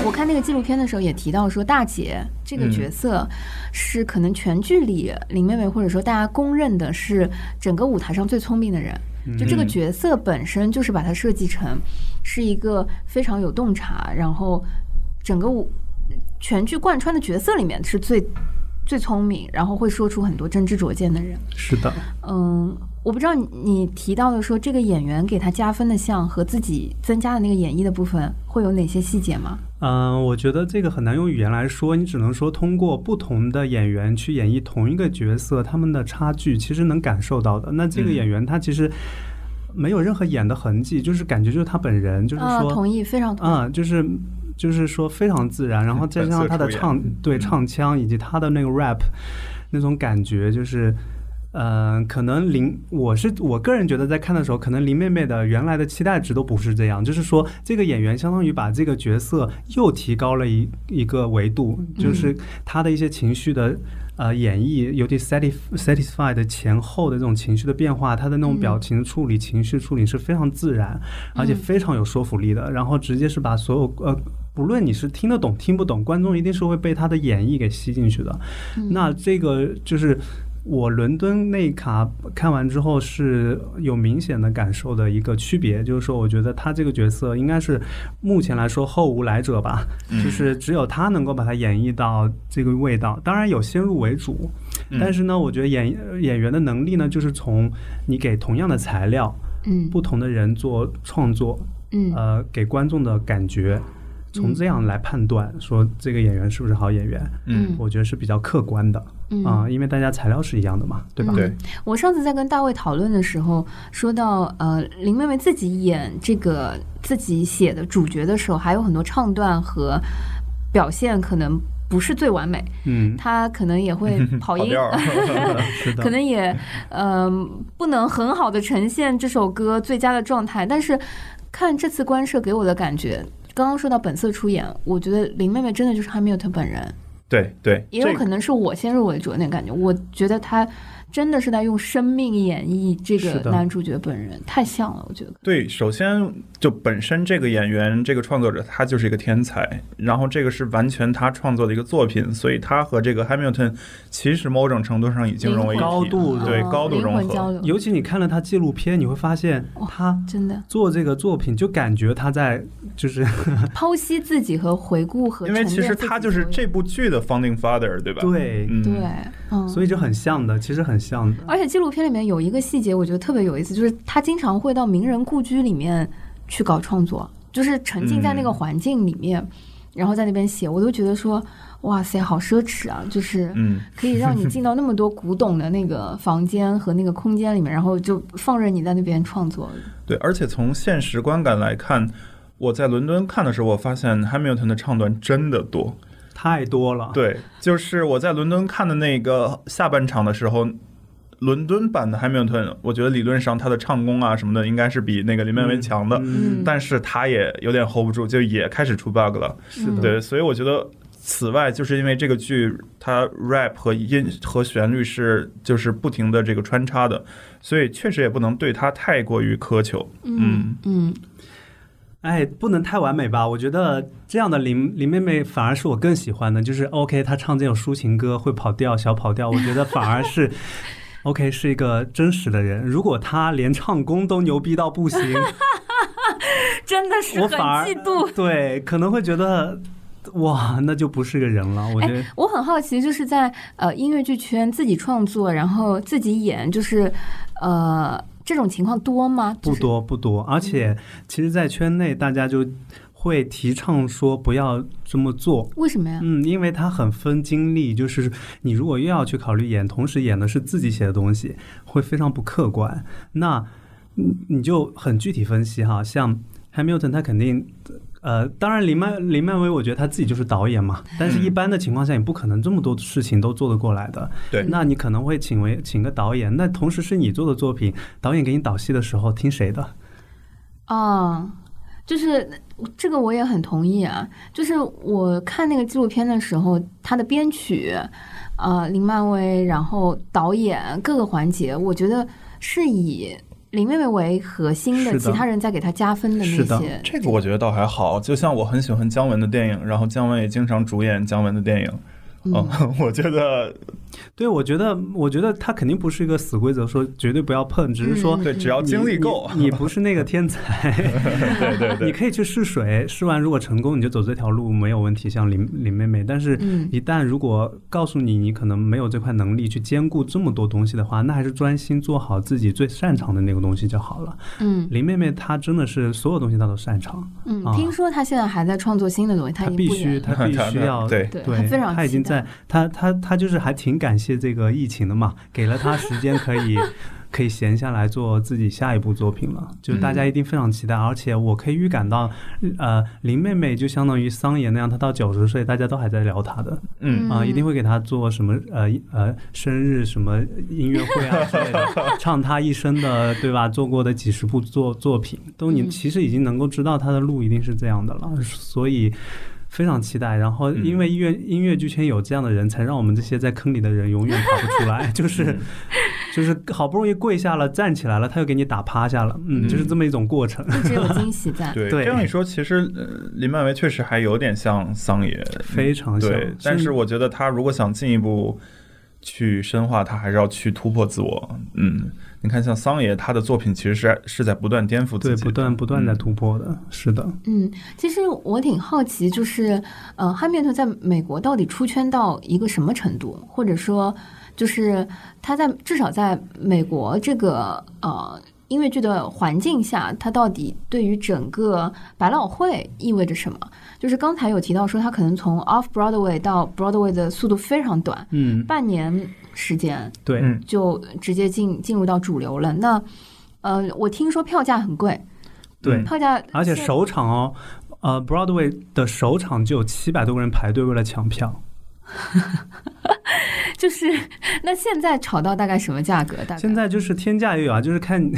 我看那个纪录片的时候也提到说，大姐这个角色是可能全剧里林妹妹或者说大家公认的是整个舞台上最聪明的人。就这个角色本身就是把它设计成是一个非常有洞察，然后整个舞全剧贯穿的角色里面是最最聪明，然后会说出很多真知灼见的人。是的，嗯，我不知道你你提到的说这个演员给他加分的项和自己增加的那个演绎的部分会有哪些细节吗？嗯、我觉得这个很难用语言来说，你只能说通过不同的演员去演绎同一个角色，他们的差距其实能感受到的。那这个嗯演员他其实没有任何演的痕迹，就是感觉就是他本人，就是啊，说，同意，非常同意。啊、就是就是说非常自然，然后再加上他的唱对唱腔以及他的那个 rap 那种感觉，就是。嗯、可能林，我是我个人觉得，在看的时候，可能林妹妹的原来的期待值都不是这样，就是说，这个演员相当于把这个角色又提高了一一个维度，就是他的一些情绪的呃演绎，尤其 satisf satisfy 的前后的这种情绪的变化，他的那种表情处理、情绪处理是非常自然，而且非常有说服力的，然后直接是把所有呃，不论你是听得懂听不懂，观众一定是会被他的演绎给吸进去的。那这个就是我伦敦那一卡看完之后是有明显的感受的一个区别，就是说，我觉得他这个角色应该是目前来说后无来者吧，嗯就是只有他能够把它演绎到这个味道。当然有先入为主，嗯但是呢，我觉得演演员的能力呢，就是从你给同样的材料。嗯不同的人做创作，嗯呃，给观众的感觉，从这样来判断说这个演员是不是好演员，嗯我觉得是比较客观的，嗯啊、因为大家材料是一样的嘛，对吧？对，我上次在跟大卫讨论的时候，说到呃，林妹妹自己演这个自己写的主角的时候，还有很多唱段和表现可能不是最完美，嗯， 她可能 也会跑音，调儿， 是的，可能也嗯、不能很好的呈现这首歌最佳的状态，但是看这次官摄给我的感觉。刚刚说到本色出演，我觉得林妹妹真的就是汉密尔顿本人，对对， 也有这可能是我先入为主的那种感觉。我觉得他真的是在用生命演绎这是个的男主角本人，太像了，我觉得。对，首先就本身这个演员、这个创作者，他就是一个天才，然后这个是完全他创作的一个作品，所以他和这个 Hamilton 其实某种程度上已经融为一体了，高度融合对哦高度灵融魂交合，流，尤其你看了他纪录片，你会发现他真的做这个作品，就感觉他在就是剖析自己和回顾和因为沉其实淀自己他就是所有这部剧的 founding father，对吧？，对，嗯，对，嗯，所以就很像的，其实很像的，而且纪录片里面有一个细节，我觉得特别有意思，就是他经常会到名人故居里面去搞创作，就是沉浸在那个嗯环境里面，然后在那边写，我都觉得说，哇塞，好奢侈啊！就是，嗯，可以让你进到那么多古董的那个房间和那个空间里面，然后就放任你在那边创作。对，而且从现实观感来看，我在伦敦看的时候，我发现 Hamilton 的唱段真的多。太多了，对，就是我在伦敦看的那个下半场的时候，伦敦版的 Hamilton，我觉得理论上他的唱功啊什么的，应该是比那个林曼威强的，嗯但是他也有点 hold 不住，就也开始出 bug 了。是的，对，所以我觉得。此外，就是因为这个剧，它 rap 和音和旋律是就是不停的这个穿插的，所以确实也不能对它太过于苛求。嗯，嗯，哎，不能太完美吧？我觉得这样的林林妹妹反而是我更喜欢的，就是 OK，她唱这种抒情歌会跑调、小跑调，我觉得反而 是 OK 是一个真实的人。如果她连唱功都牛逼到 不行，真的是我很反而嫉妒。对可能会觉得哇，那就不是个人了。我觉得、哎，我很好奇，就是在呃音乐剧圈自己创作，然后自己演，就是呃这种情况多吗？不就是。嗯多不多，而且其实，在圈内大家就会提倡说不要这么做，为什么呀？嗯，因为它很分精力，就是你如果又要去考虑演，同时演的是自己写的东西，会非常不客观。那你你就很具体分析哈，像 Hamilton 他肯定。呃，当然林曼林漫威，我觉得他自己就是导演嘛，但是一般的情况下，你不可能这么多事情都做得过来的。对那你可能会请为请个导演，那同时是你做的作品，导演给你导戏的时候听谁的？哦，就是这个我也很同意啊。就是我看那个纪录片的时候，它的编曲，呃，林漫威，然后导演各个环节，我觉得是以林妹妹为核心是的，的其他人在给她加分的是那的些。这个我觉得倒还好，就像我很喜欢姜文的电影，然后姜文也经常主演姜文的电影。嗯， 我觉得对，我觉得，我觉得他肯定不是一个死规则，说绝对不要碰，只是说对，只要哦你哦精力够，你你不是那个天才， 对对你对，可以去试水，试完如果成功，你就走这条路没有问题。像林林妹妹，但是嗯一旦如果告诉你你可能没有这块能力去兼顾这么多东西的话，那还是专心做好自己最擅长的那个东西就好了。嗯林妹妹她真的是所有东西她都擅长，嗯，啊听说她现在还在创作新的东西，她她已经必不须演了她必她须要对对她对，非常他已期经待在他他他就是还挺感谢这个疫情的嘛，给了他时间可 以可以闲下来做自己下一部作品了，就嗯大家一定非常期待，而且我可以预感到，呃，林妹妹就相当于桑爷那样，她到九十岁大家都还在聊她的嗯，啊、一定会给她做什么呃呃生日什么音乐会 啊之类的，唱她一生的对吧？做过的几十部作作品，都你嗯其实已经能够知道她的路一定是这样的了，嗯所以。非常期待。然后，因为音乐、音乐剧圈有这样的人才，让我们这些在坑里的人永远爬不出来。 就是嗯就是好不容易跪下了，站起来了，他又给你打趴下了，嗯，就是这么一种过程。一直有惊喜 在。对。对这样一说，其实呃林漫威确实还有点像桑野，嗯非常像对是，但是我觉得他如果想进一步去深化，他还是要去突破自我。嗯，你看，像桑野，他的作品其实是是在不断颠覆自对，己的，不断不断在嗯突破的，是的，嗯，其实我挺好奇，就是呃，汉密尔顿在美国到底出圈到一个什么程度，或者说，就是他在至少在美国这个呃音乐剧的环境下，他到底对于整个百老汇意味着什么？就是刚才有提到说，他可能从 Off Broadway 到 Broadway 的速度非常短，嗯，半年时间对，嗯就直接进进入到主流了。那呃，我听说票价很贵，嗯对票价而且现首场哦。呃，Broadway 的首场就有七百多个人排队为了抢票，就是那现在炒到大概什么价格？大概现在就是天价也有啊，就是看，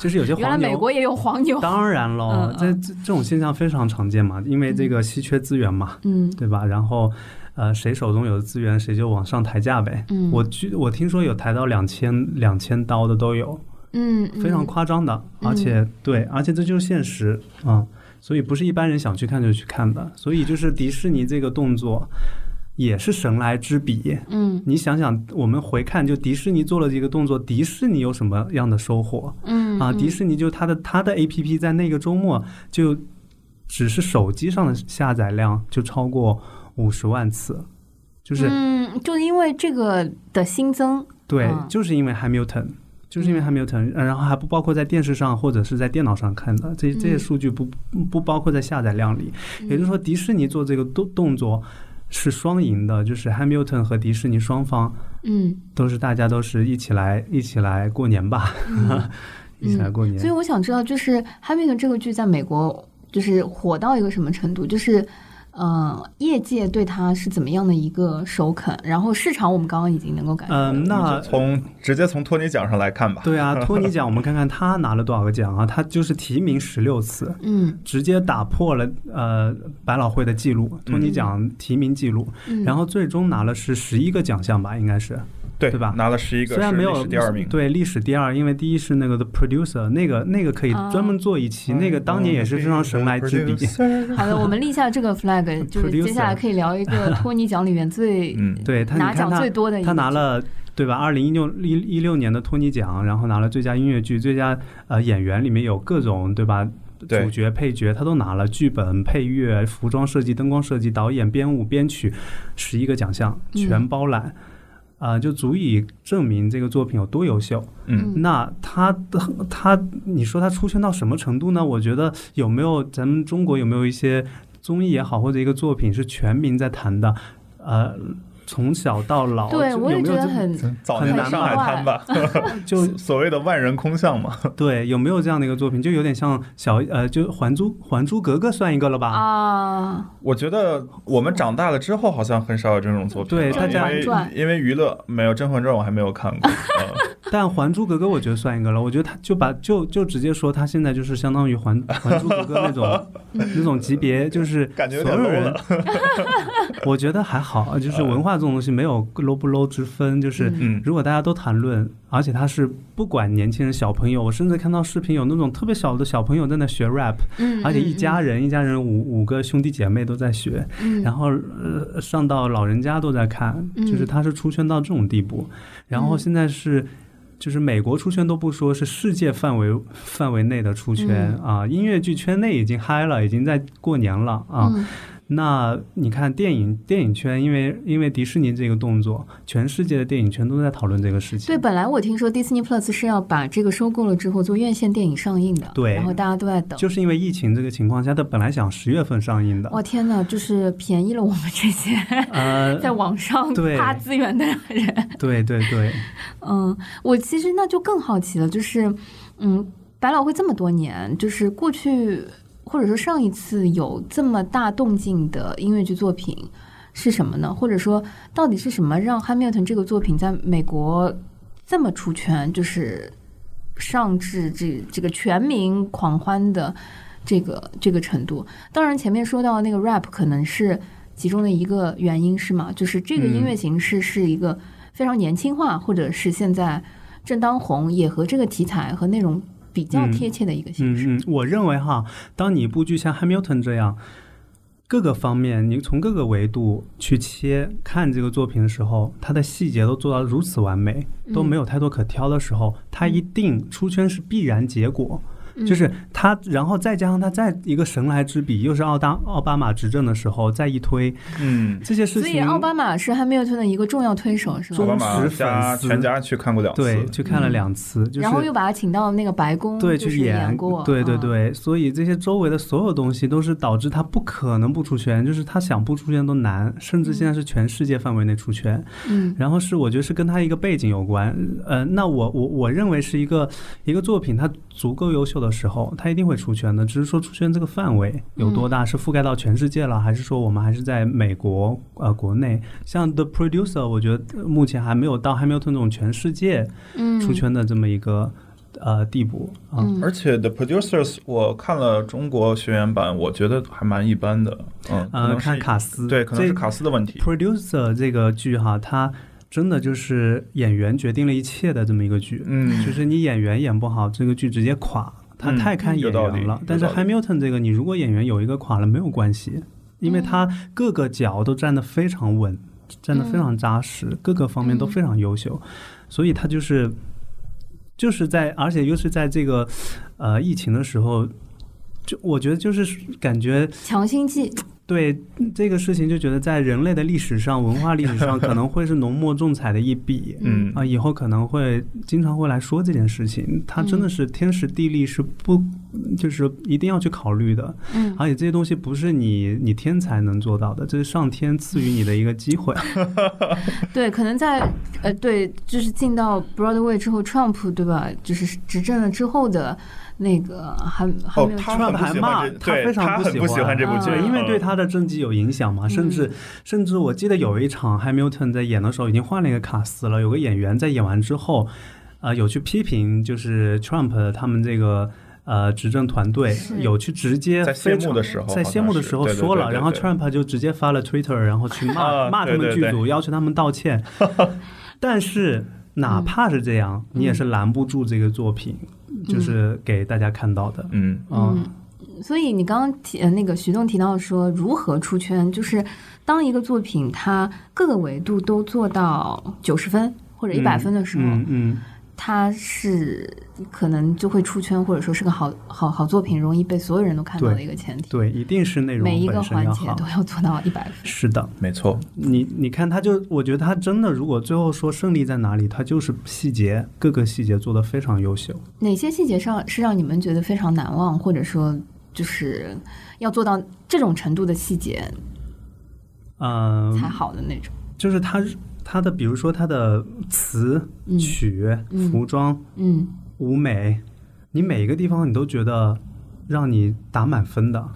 就是有些原来黄牛，美国也有黄牛，当然喽嗯，这嗯这这种现象非常常见嘛，因为这个稀缺资源嘛，嗯对吧？然后，呃，谁手中有资源，谁就往上抬价呗。嗯我据我听说有抬到两千两千刀的都有，嗯，非常嗯夸张的，嗯而且对，而且这就是现实啊、所以不是一般人想去看就去看的。所以就是迪士尼这个动作也是神来之笔。嗯你想想，我们回看，就迪士尼做了这个动作，迪士尼有什么样的收获？嗯啊，迪嗯士尼就它的它的 A P P 在那个周末就只是手机上的下载量就超过五十万次，就是、嗯，就因为这个的新增，对，嗯就是因为 Hamilton。就是因为 Hamilton，呃然后还不包括在电视上或者是在电脑上看的，这这些嗯数据不不包括在下载量里。也就是说，迪士尼做这个动动作是双赢的，就是 Hamilton 和迪士尼双方嗯，都是大家都是一起来一起来过年吧， 一起来过年。嗯所以我想知道，就是《哈密尔顿》这个剧在美国就是火到一个什么程度？就是。呃，业界对它是怎么样的一个首肯？然后市场我们刚刚已经能够感受到嗯，了，那从直接从托尼奖上来看吧。对啊，托尼奖，我们看看他拿了多少个奖啊？他就是提名十六次，嗯直接打破了呃百老汇的记嗯录，托尼奖提名记录，嗯，然后最终拿了是十一个奖项吧，应该是，对对吧拿了十一个，虽然是没历有史第二名。对历史第二，因为第一是那个 The Producer，那个那个可以哦啊专门做一哎期，那个当年也是非常神来之笔。好的，我们立下这个 flag，就是接下来 Producer 可以聊一个托尼奖里面最嗯，对他，拿你看奖他最多的一他个拿剧了对吧？二零一六一一六年的托尼奖，然后拿了最佳音乐剧、最佳呃演员，里面有各种对吧？对主角、配角，他都拿了剧本、配乐、服装设计、灯光设计、导演、编舞、编曲，十一个奖项嗯全包揽，啊、就足以证明这个作品有多优秀。嗯那他他，你说他出圈到什么程度呢？我觉得有没有咱们中国有没有一些综艺也好，或者一个作品是全民在谈的？呃，从小到老，对就我有也没觉有得这很早年的上海滩吧，哎就 所谓的万人空巷嘛。对有没有这样的一个作品，就有点像小呃，就《还珠还珠格格》算一个了吧？啊，我觉得我们长大了之后，好像很少有这种作品了。对大家因为甄嬛传因为娱乐没有《甄嬛传》，我还没有看 过。嗯但《还珠格格》我觉得算一个了，我觉得他就把就就直接说他现在就是相当于还《还珠格格》那 种那种级别，就是感觉有所点有 low 人， 我觉得还好，就是文化这种东西没有 low 不 low 之分，就是嗯如果大家都谈论，而且他是不管年轻人小朋友，我甚至看到视频有那种特别小的小朋友在那学 rap，嗯，而且嗯一家人一家人五五个兄弟姐妹都在学，嗯然后呃上到老人家都在看，嗯就是他是出圈到这种地步，然后嗯现在是。就是美国出圈都不说，是世界范围范围内的出圈、嗯啊！音乐剧圈内已经嗨了，已经在过年了啊。嗯那你看电影电影圈，因为因为迪士尼这个动作，全世界的电影圈都在讨论这个事情对，。本来我听说 Disney Plus 是要把这个收购了之后做院线电影上映的，对然后大家都在等。就是因为疫情这个情况下，它本来想十月份上映的，哇天哪，就是便宜了我们这些 呃，在网上对扒资源的人。对对对，嗯，我其实那就更好奇了，就是嗯，百老汇这么多年，就是过去或者说上一次有这么大动静的音乐剧作品是什么呢？或者说到底是什么让 Hamilton 这个作品在美国这么出圈，就是上至这这个全民狂欢的这个这个程度？当然，前面说到那个 rap 可能是其中的一个原因，是吗？就是这个音乐形式是一个非常年轻化，或者是现在正当红，也和这个题材和内容比较嗯贴切的一个形式。嗯嗯，我认为哈，当你一部剧像《Hamilton》这样，各个方面你从各个维度去切看这个作品的时候，它的细节都做到如此完美，嗯都没有太多可挑的时候，它一定出圈是必然结果。嗯就是它，然后再加上它再一个神来之笔，又是奥大奥巴马执政的时候，再一推嗯，这些事情，所以奥巴马是汉密尔顿的一个重要推手，是 忠奥中吧？巴马实家粉丝全家去看过两次。对去看了两次，就是嗯然后又把他请到那个白宫，对，嗯就去是演过，对对嗯。对，所以这些周围的所有东西都是导致他不可能不出圈，就是他想不出圈都难，甚至现在是全世界范围内出圈。嗯，然后是我觉得是跟他一个背景有关，呃，那我我我认为是一个一个作品，它足够优秀的时候，它一定会出圈的，只是说出圈这个范围有嗯多大，是覆盖到全世界了，还是说我们还是在美国呃国内？像 The Producer，我觉得呃目前还没有到 Hamilton 这种全世界嗯出圈的这么一个、呃地步啊。而且 The Producers 我看了中国学员版，我觉得还蛮一般的。嗯，可呃，能是看卡斯，对，可能是这卡斯的问题。 producer 这个剧哈，它真的就是演员决定了一切的这么一个剧，嗯就是你演员演不好，这个剧直接垮。它嗯太看演有道理员了有，但是道理 Hamilton 这个，你如果演员有一个垮了没有关系，因为他各个角都站得非常稳，站得非常扎实，各个方面都非常优秀，所以他就是就是在，而且又是在这个呃疫情的时候，就我觉得就是感觉嗯强心剂，对嗯这个事情，就觉得在人类的历史上、文化历史上，可能会是浓墨重彩的一笔。 嗯啊，以后可能会经常会来说这件事情，它真的是天时地利是不，就是一定要去考虑的。嗯，而且这些东西不是你你天才能做到的，这是上天赐予你的一个机会。对，可能在呃，对，就是进到 Broadway 之后，Trump 对吧？就是执政了之后的那个还还哦没有，他 Trump 很不还喜骂欢这，他对非常他很不不喜喜欢欢这部啊剧，对，因为对嗯他的政绩有影响嘛，甚至甚至我记得有一场 Hamilton 在演的时候已经换了一个卡司了，有个演员在演完之后，呃，有去批评就是 Trump 他们这个。呃，执政团队有去直接在谢幕非常的时候在谢幕的时候好像是对对说了，对对然后对 Trump 就直接发了 Twitter，然后去骂啊骂他 对们对剧对组，要求他们道 歉。但是哪怕是这样，你也是拦不住这个作品，就是给大家看到的。嗯，嗯，所以你刚刚提呃那个徐栋提到说如何出圈，就是当一个作品它各个维度都做到九十分或者一百分的时候，嗯嗯，它是可能就会出圈，或者说是个好好好作品，容易被所有人都看到的一个前提。对，一定是内容每一个本身环要节好。都要做到一百分。是的，没错，你你看，他就我觉得他真的，如果最后说胜利在哪里，他就是细节各个细节做得非常优秀。哪些细节上是让你们觉得非常难忘，或者说就是要做到这种程度的细节嗯、才好的那种？就是他他的，比如说他的词、嗯曲、嗯服装、嗯，舞美，你每一个地方你都觉得让你打满分的。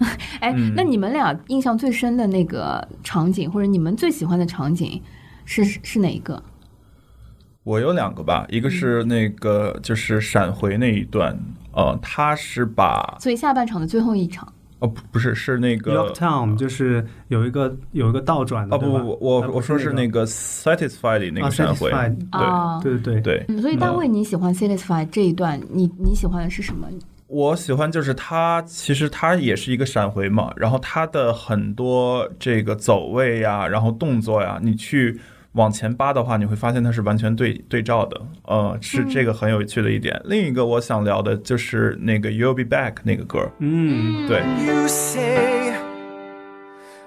哎，嗯那你们俩印象最深的那个场景，或者你们最喜欢的场景是是哪一个？我有两个吧，一个是那个就是闪回那一段，呃，他是把所以下半场的最后一场，哦不不是是那个 Yorktown 就是有一个有一个倒转的，哦不对吧不不，我啊我说是那个 satisfied 那啊个闪回， Satisfied 啊对对对，对对，嗯，所以大卫，你喜欢 satisfy 这一段，你你喜欢的是什么？我喜欢就是他，其实他也是一个闪回嘛，然后他的很多这个走位呀，然后动作呀，你去往前扒的话，你会发现它是完全对对照的，呃，是这个很有趣的一点。另一个我想聊的就是那个 You'll Be Back 那个歌，嗯，对， You say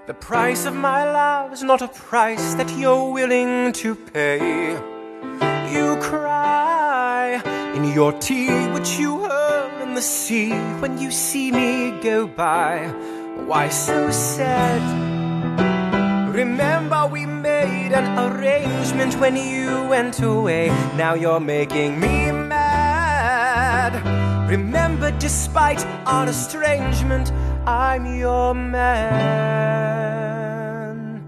the price of my love is not a price that you're willing to pay. You cry in your tea, which you hurl in the sea when you see me go by. Why so sad? Remember, we made an arrangement when you went away. Now you're making me mad. Remember, despite our estrangement, I'm your man.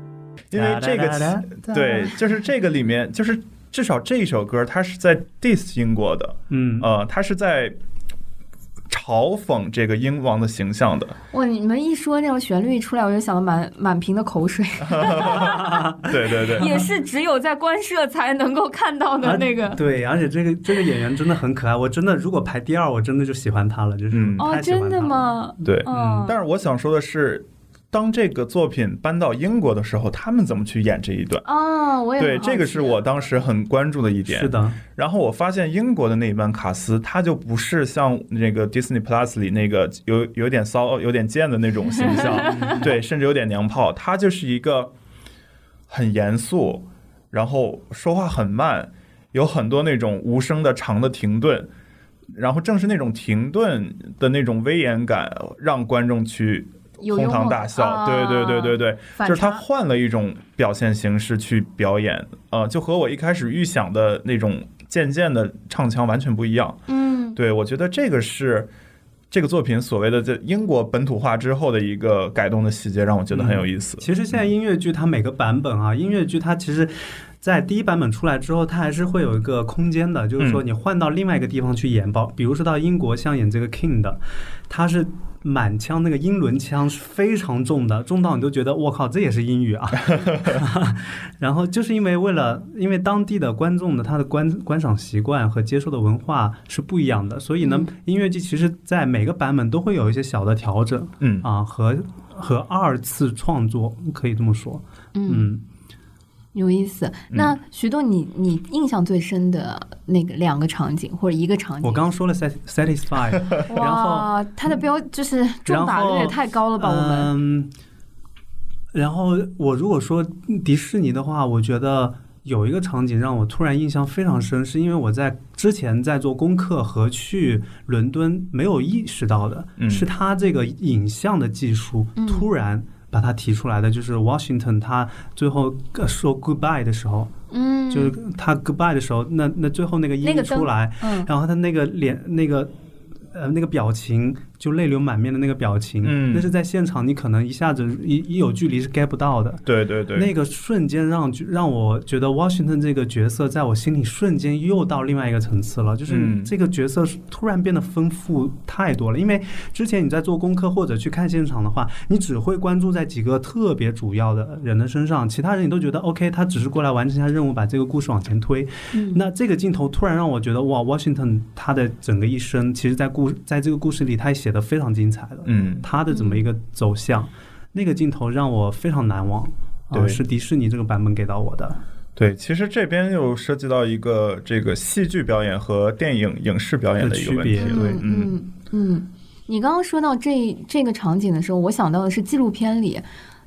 因为这个哒哒词对，就是这个里面，就是至少这一首歌，它是在 diss 英国的，嗯呃，它是在嘲讽这个英王的形象的，哇，你们一说那种旋律一出来，我就想到满满屏的 口水，对对对。 也是只有在官社才能够看到的那个啊。对，而且这个这个演员真的很可爱，我真的如果排第二，我真的就喜欢他了，就是嗯我哦，太喜欢真的他了？吗？对，嗯，但是我想说的是，当这个作品搬到英国的时候，他们怎么去演这一段？哦，我也对，很好这个奇是我当时很关注的一点。是。的，然后我发现英国的那一班卡斯，他就不是像那个 Disney Plus 里那个有有点骚、有点贱的那种形 象，对，甚至有点娘炮。他就是一个很严肃，然后说话很慢，有很多那种无声的长的停顿。然后正是那种停顿的那种威严感，让观众去有哄幽堂默啊大感笑。对对对对对，反就是他差换了一种表现形式去表演，呃，就和我一开始预想的那种渐渐的唱腔完全不一样。嗯，对我觉得这个是这个作品所谓的在英国本土化之后的一个改动的细节，让我觉得很有意思。其实现在音乐剧它每个版本啊，音乐剧它其实，在第一版本出来之后，它还是会有一个空间的，就是说嗯你换到另外一个地方去演，包、比如说到英国，像演这个 King 的，他是满腔那个英伦腔是非常重的，重到你都觉得我靠，这也是英语 啊。 然后就是因为为了，因为当地的观众的他的观观赏习惯和接受的文化是不一样的，所以呢，嗯音乐剧其实在每个版本都会有一些小的调整。嗯，啊和和二次创作，可以这么说。嗯，嗯，有意思。那徐栋，你你印象最深的那个两个场景或者一个场景？我刚刚说了 sat- satisfy，然 后哇，他的标就是然重打后率也太高了吧？我们嗯，然后我如果说迪士尼的话，我觉得。有一个场景让我突然印象非常深，是因为我在之前在做功课和去伦敦没有意识到的，嗯是他这个影像的技术嗯突然把它提出来的，就是 Washington 他最后呃说 goodbye 的时候，嗯，就是他 goodbye 的时候，那那最后那个音那个一灯出来，嗯然后他那个脸那个呃那个表情，就泪流满面的那个表情，嗯那是在现场你可能一下子一一有距离是 get 不到的。对对对，那个瞬间让让我觉得 Washington 这个角色在我心里瞬间又到另外一个层次了，就是嗯这个角色是突然变得丰富太多了。因为之前你在做功课或者去看现场的话，你只会关注在几个特别主要的人的身上，其他人你都觉得 OK，他只是过来完成一下任务，把这个故事往前推。嗯那这个镜头突然让我觉得，哇，Washington 他的整个一生，其实在故在这个故事里，他也写的非常精彩的。嗯他的怎么一个走向，那个镜头让我非常难忘。啊、对是迪士尼这个版本给到我 的。对，其实这边又涉及到一个这个戏剧表演和电影影视表演的一个问题，的区别对，嗯嗯嗯，你刚刚说到这这个场景的时候，我想到的是纪录片里。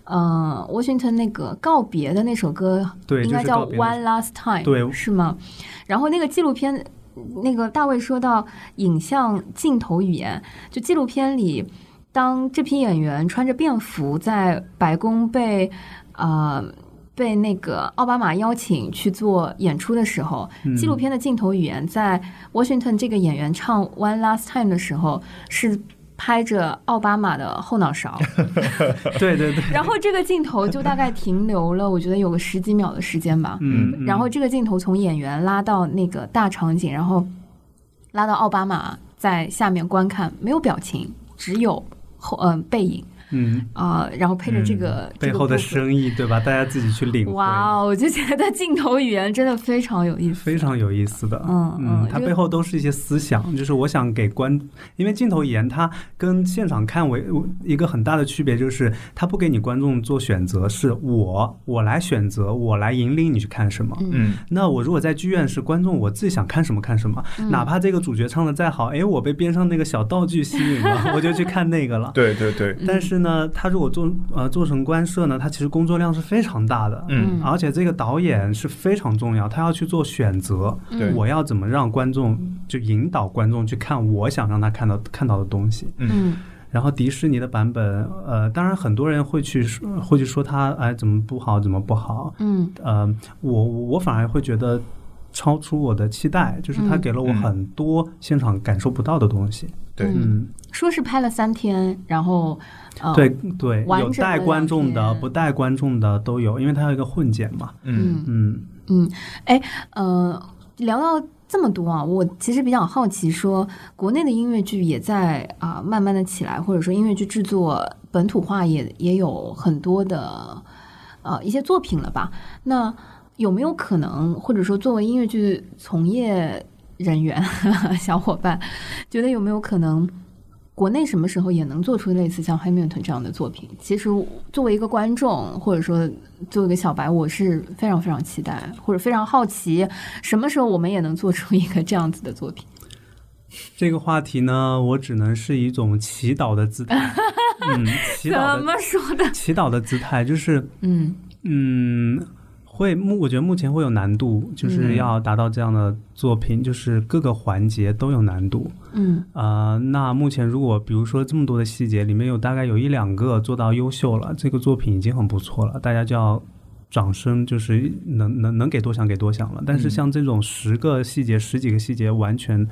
呃，沃逊顿那个告别的那首歌，对应该就是叫告《别的 One Last Time》，对是吗？然后那个纪录片，那个大卫说到影像镜头语言，就纪录片里，当这批演员穿着便服在白宫被呃被那个奥巴马邀请去做演出的时候，纪录片的镜头语言在 Washington 这个演员唱《One Last Time》的时候是拍着奥巴马的后脑勺，对对对，然后这个镜头就大概停留了，我觉得有个十几秒的时间吧。嗯，嗯然后这个镜头从演员拉到那个大场景，然后拉到奥巴马在下面观看，没有表情，只有后嗯、背影嗯，啊、然后配着这个、这背个后的部分深意，对吧？大家自己去领会，哇哦，我就觉得镜头语言真的非常有意思，非常有意思的。嗯嗯它因为背后都是一些思想，就是我想给观，因为镜头语言它跟现场看为一个很大的区别，就是它不给你观众做选择，是我我来选择，我来引领你去看什么。嗯，那我如果在剧院是观众，我自己想看什么看什么，哪怕这个主角唱的再好，哎，我被边上那个小道具吸引了，我就去看那个了。对对对，但是呢，他如果做呃做成官摄呢，他其实工作量是非常大的，嗯而且这个导演是非常重要，他要去做选择，对我要怎么让观众就引导观众去看我想让他看到看到的东西。嗯然后迪士尼的版本，呃，当然很多人会去说会去说他哎怎么不好怎么不好，嗯呃，我我反而会觉得超出我的期待，就是他嗯给了我很多现场感受不到的东西。对嗯，说是拍了三天，然后呃对对，完有整带的观聊众的，天不带观众的都有，因为它有一个混剪嘛。嗯嗯，嗯，哎，呃，聊到这么多啊，我其实比较好奇说，国内的音乐剧也在啊、慢慢的起来，或者说音乐剧制作本土化也也有很多的呃一些作品了吧？那有没有可能，或者说作为音乐剧从业人员 小伙伴，觉得有没有可能？国内什么时候也能做出类似像《Hamilton》这样的作品？其实作为一个观众，或者说作为一个小白，我是非常非常期待，或者非常好奇，什么时候我们也能做出一个这样子的作 品？这个话题呢，我只能是一种祈祷的姿 态。嗯，祈怎祷的么说的？祈祷的姿态就是， 嗯嗯，会目我觉得目前会有难度，就是嗯要达到这样的作品，就是各个环节都有难度。嗯啊、那目前如果比如说这么多的细节，里面有大概有一两个做到优秀了，这个作品已经很不错了，大家就要掌声，就是能能能给多响给多响了。但是像这种十个细节、十几个细节完全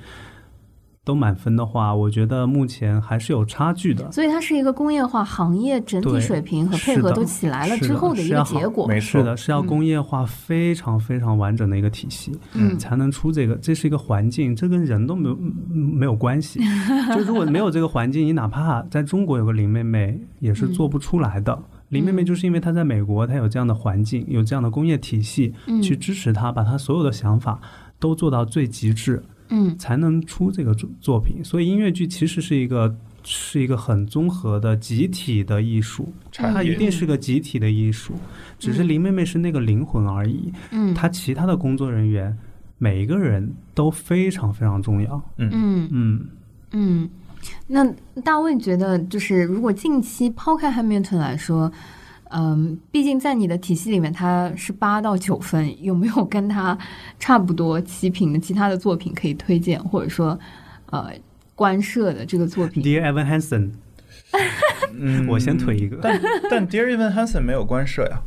都满分的话，我觉得目前还是有差距的。所以它是一个工业化行业整体对水平和配是合的都起来了是之的后的是一个要好结果。没错是的，是要工业化非常非常完整的一个体系，嗯才能出这个。这是一个环境，这跟人都没有嗯没有关 系。就如果没有这个环境，你哪怕在中国有个林妹妹，也是做不出来 的。林妹妹就是因为她在美国，她有这样的环境，有这样的工业体系嗯去支持她，把她所有的想法都做到最极致，嗯才能出这个作作品。所以音乐剧其实是一个是一个很综合的集体的艺术，产它业一定是个集体的艺术，只嗯是林妹妹是那个灵魂而已。嗯她其他的工作人员每一个人都非常非常重要。嗯嗯，嗯。那大卫觉得，就是如果近期抛开 Hamilton 来说，嗯，毕竟在你的体系里面，它是八到九分，有没有跟它差不多齐平的其他的作品可以推荐，或者说，呃，官摄的这个作品？ Dear Evan Hansen，、嗯我先推一个。但 但 Dear Evan Hansen 没有官摄呀，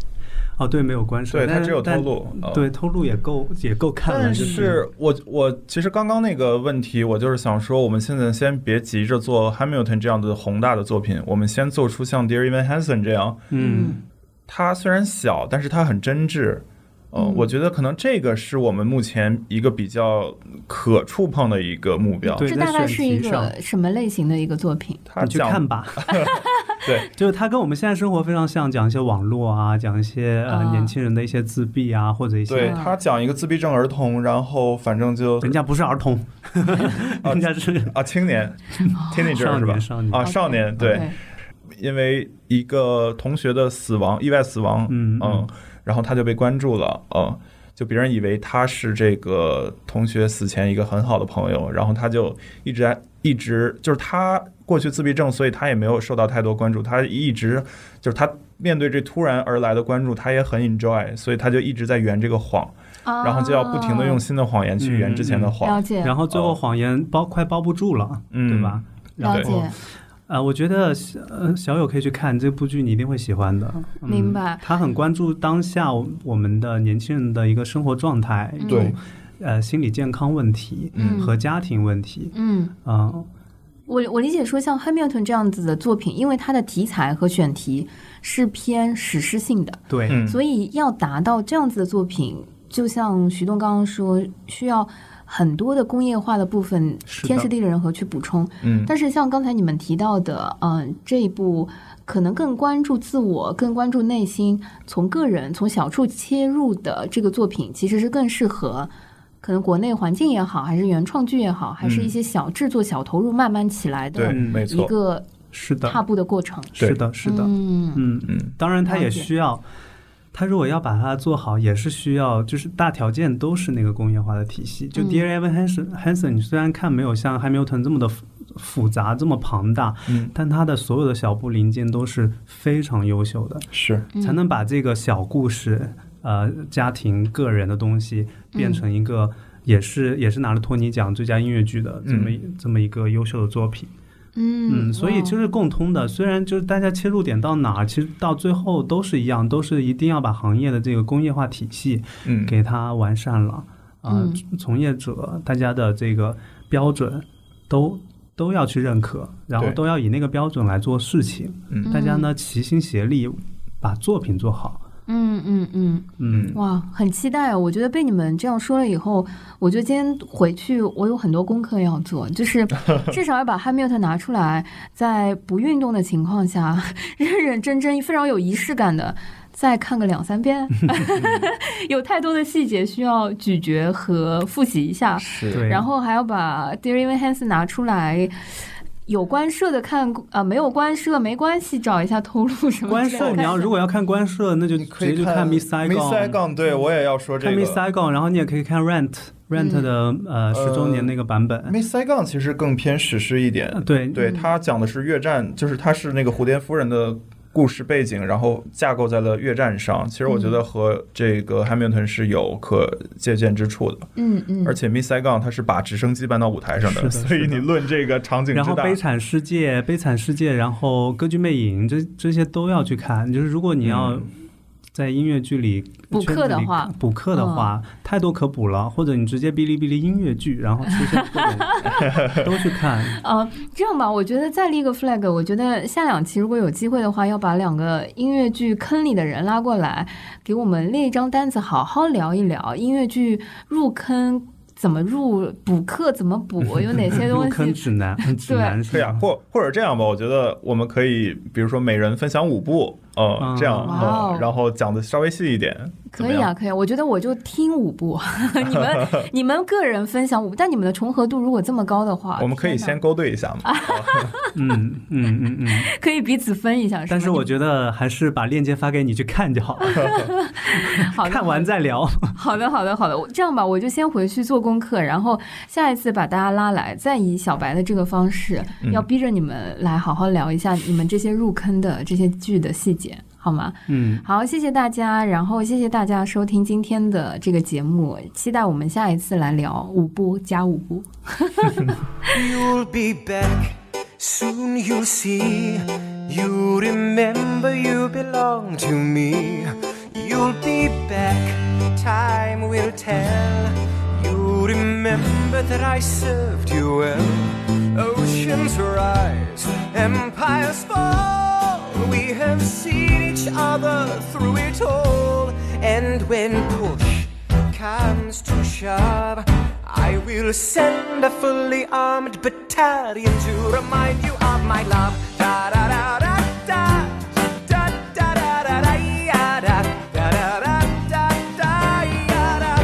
哦，对，没有关系，对但他只有但偷录哦对，偷录也够也够看了。但就是我我其实刚刚那个问题，我就是想说，我们现在先别急着做 Hamilton 这样的宏大的作品，我们先做出像 Dear Evan Hansen 这样，嗯它虽然小，但是它很真挚。嗯呃，我觉得可能这个是我们目前一个比较可触碰的一个目标。对这在大概选是一题上个什么类型的一个作品？它你去看讲吧。 对，就是它跟我们现在生活非常像，讲一些网络啊，讲一些呃、啊年轻人的一些自闭啊，或者一对些它讲一个自闭症儿童，然后反正就人家不是儿童， 人家 是啊 青年 teenager 少是吧年？少年啊，少嗯年对。 OK，因为一个同学的死亡，意外死亡，嗯嗯然后他就被关注了，嗯，就别人以为他是这个同学死前一个很好的朋友，然后他就一直一直就是他过去自闭症，所以他也没有受到太多关注，他一直就是他面对这突然而来的关注，他也很 enjoy，所以他就一直在圆这个谎，啊然后就要不停的用新的谎言去圆之前嗯的了谎，解，然后最后谎言包快包不住了，哦嗯对吧？然了后解，啊、我觉得呃小友可以去看这部剧，你一定会喜欢的。嗯明白他很关注当下我我们的年轻人的一个生活状态，嗯对，呃心理健康问题、嗯和家庭问题。嗯，啊、我我理解说，像 Hamilton 这样子的作品，因为它的题材和选题是偏史诗性的，对，嗯所以要达到这样子的作品，就像徐栋刚刚说，需要很多的工业化的部分，是的天时地利人和去补充。嗯但是像刚才你们提到的，嗯、这一部可能更关注自我，更关注内心，从个人从小处切入的这个作品，其实是更适合。可能国内环境也好，还是原创剧也好，还是一些小制作、小投入慢慢起来对，的嗯没一错，个是的，踏步的过程。对是的，是的，嗯嗯嗯，当然，他也了解需要，他如果要把它做好，也是需要，就是大条件都是那个工业化的体系。就嗯 Dear Evan Hansen、Hansen，你虽然看没有像 Hamilton 这么的复复杂、这么庞大，嗯但它的所有的小部零件都是非常优秀的，是，嗯才能把这个小故事、呃家庭、个人的东西变成一嗯个。也是也是拿了托尼奖最佳音乐剧的这么一、这么一个优秀的作品，嗯嗯，所以就是共通的。虽然就是大家切入点到哪儿，其实到最后都是一样，都是一定要把行业的这个工业化体系嗯，给它完善了啊、嗯从业者大家的这个标准都都要去认可，然后对都要以那个标准来做事情。嗯大家呢齐心协力把作品做好。嗯嗯嗯，嗯，哇，很期待哦！我觉得被你们这样说了以后，我觉得今天回去我有很多功课要做，就是 至少要把 Hamilton 拿出来，在不运动的情况下，认认真真、非常有仪式感的再看个两三 遍。有太多的细节需要咀嚼和复习一下。是，对。然后还要把 d e a r Evan Hansen 拿出来，有官设的看，呃，没有官设没关系，找一下透露什么之类的。官社，你要如果要看官社，那就你直可接以就看 Miss Miss Saigon，嗯 Saigon，对我也要说看这 Miss 个。 Saigon，然后你也可以看嗯 Rent，Rent 的呃十周年那个版本。 Miss Saigon 其实更偏史诗一呃点，对对，它讲的是越战，就是它是那个蝴蝶夫人的故事背景，然后架构在了越战上。其实我觉嗯得和这个 Hamilton 是有可借鉴之处的，嗯嗯，而且 Miss Saigon 它是把直升机搬到舞台上是的所以是的你论这个场景然之后《大悲，惨世界》《悲惨世界》，然后《歌剧魅影》这这些都要去看。就是如果你要嗯在音乐剧里补圈子课的里话嗯补课的话、太多可补了，或者你直接哔哩哔哩音乐剧，然后出现 各种都去看。呃，这样吧，我觉得再立个 flag，我觉得呃下两期如果有机会的话，要把两个音乐剧坑里的人拉过来，给我们列一张单子，好好聊一聊音乐剧入坑怎么入，补课怎么补，有哪些入东坑 西。指南，嗯指南是对呀，吧或或者这样吧，我觉得我们可以，比如说每人分享五部，呃嗯，这样，哇哦呃然后讲的稍微细一点，可怎么以样啊，可以啊，我觉得我就听五部， 你们你们个人分享五部，但你们的重合度如果这么高的话，我们可以天哪先勾兑一下嘛。嗯嗯嗯 嗯。可以彼此分一下。但吧是我觉得还是把链接发给你去看就好了， 好的看完再聊。 好的，好的，好的。我这样吧，我就先回去做功课，然后下一次把大家拉来，再以小白的这个方式，嗯要逼着你们来好好聊一下你们这些入坑的这些剧的细节，好吗？嗯，好，谢谢大家，然后谢谢大家收听今天的这个节目，期待我们下一次来聊五部加五部。 You'll be back, soon you'll see. You remember you belong to me. You'll be back, time will tell. You remember that I served you well. Oceans rise, empires fall. We have seen each other through it all. And when push, comes to shove, I will send a fully armed battalion to remind you of my love. Da da da da da. Da da da da da ya da. Da da da da da ya da.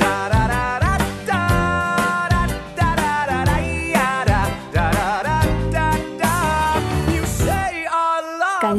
Da da da da da. Da da da da da ya da. Da da da da da. You say our love. 感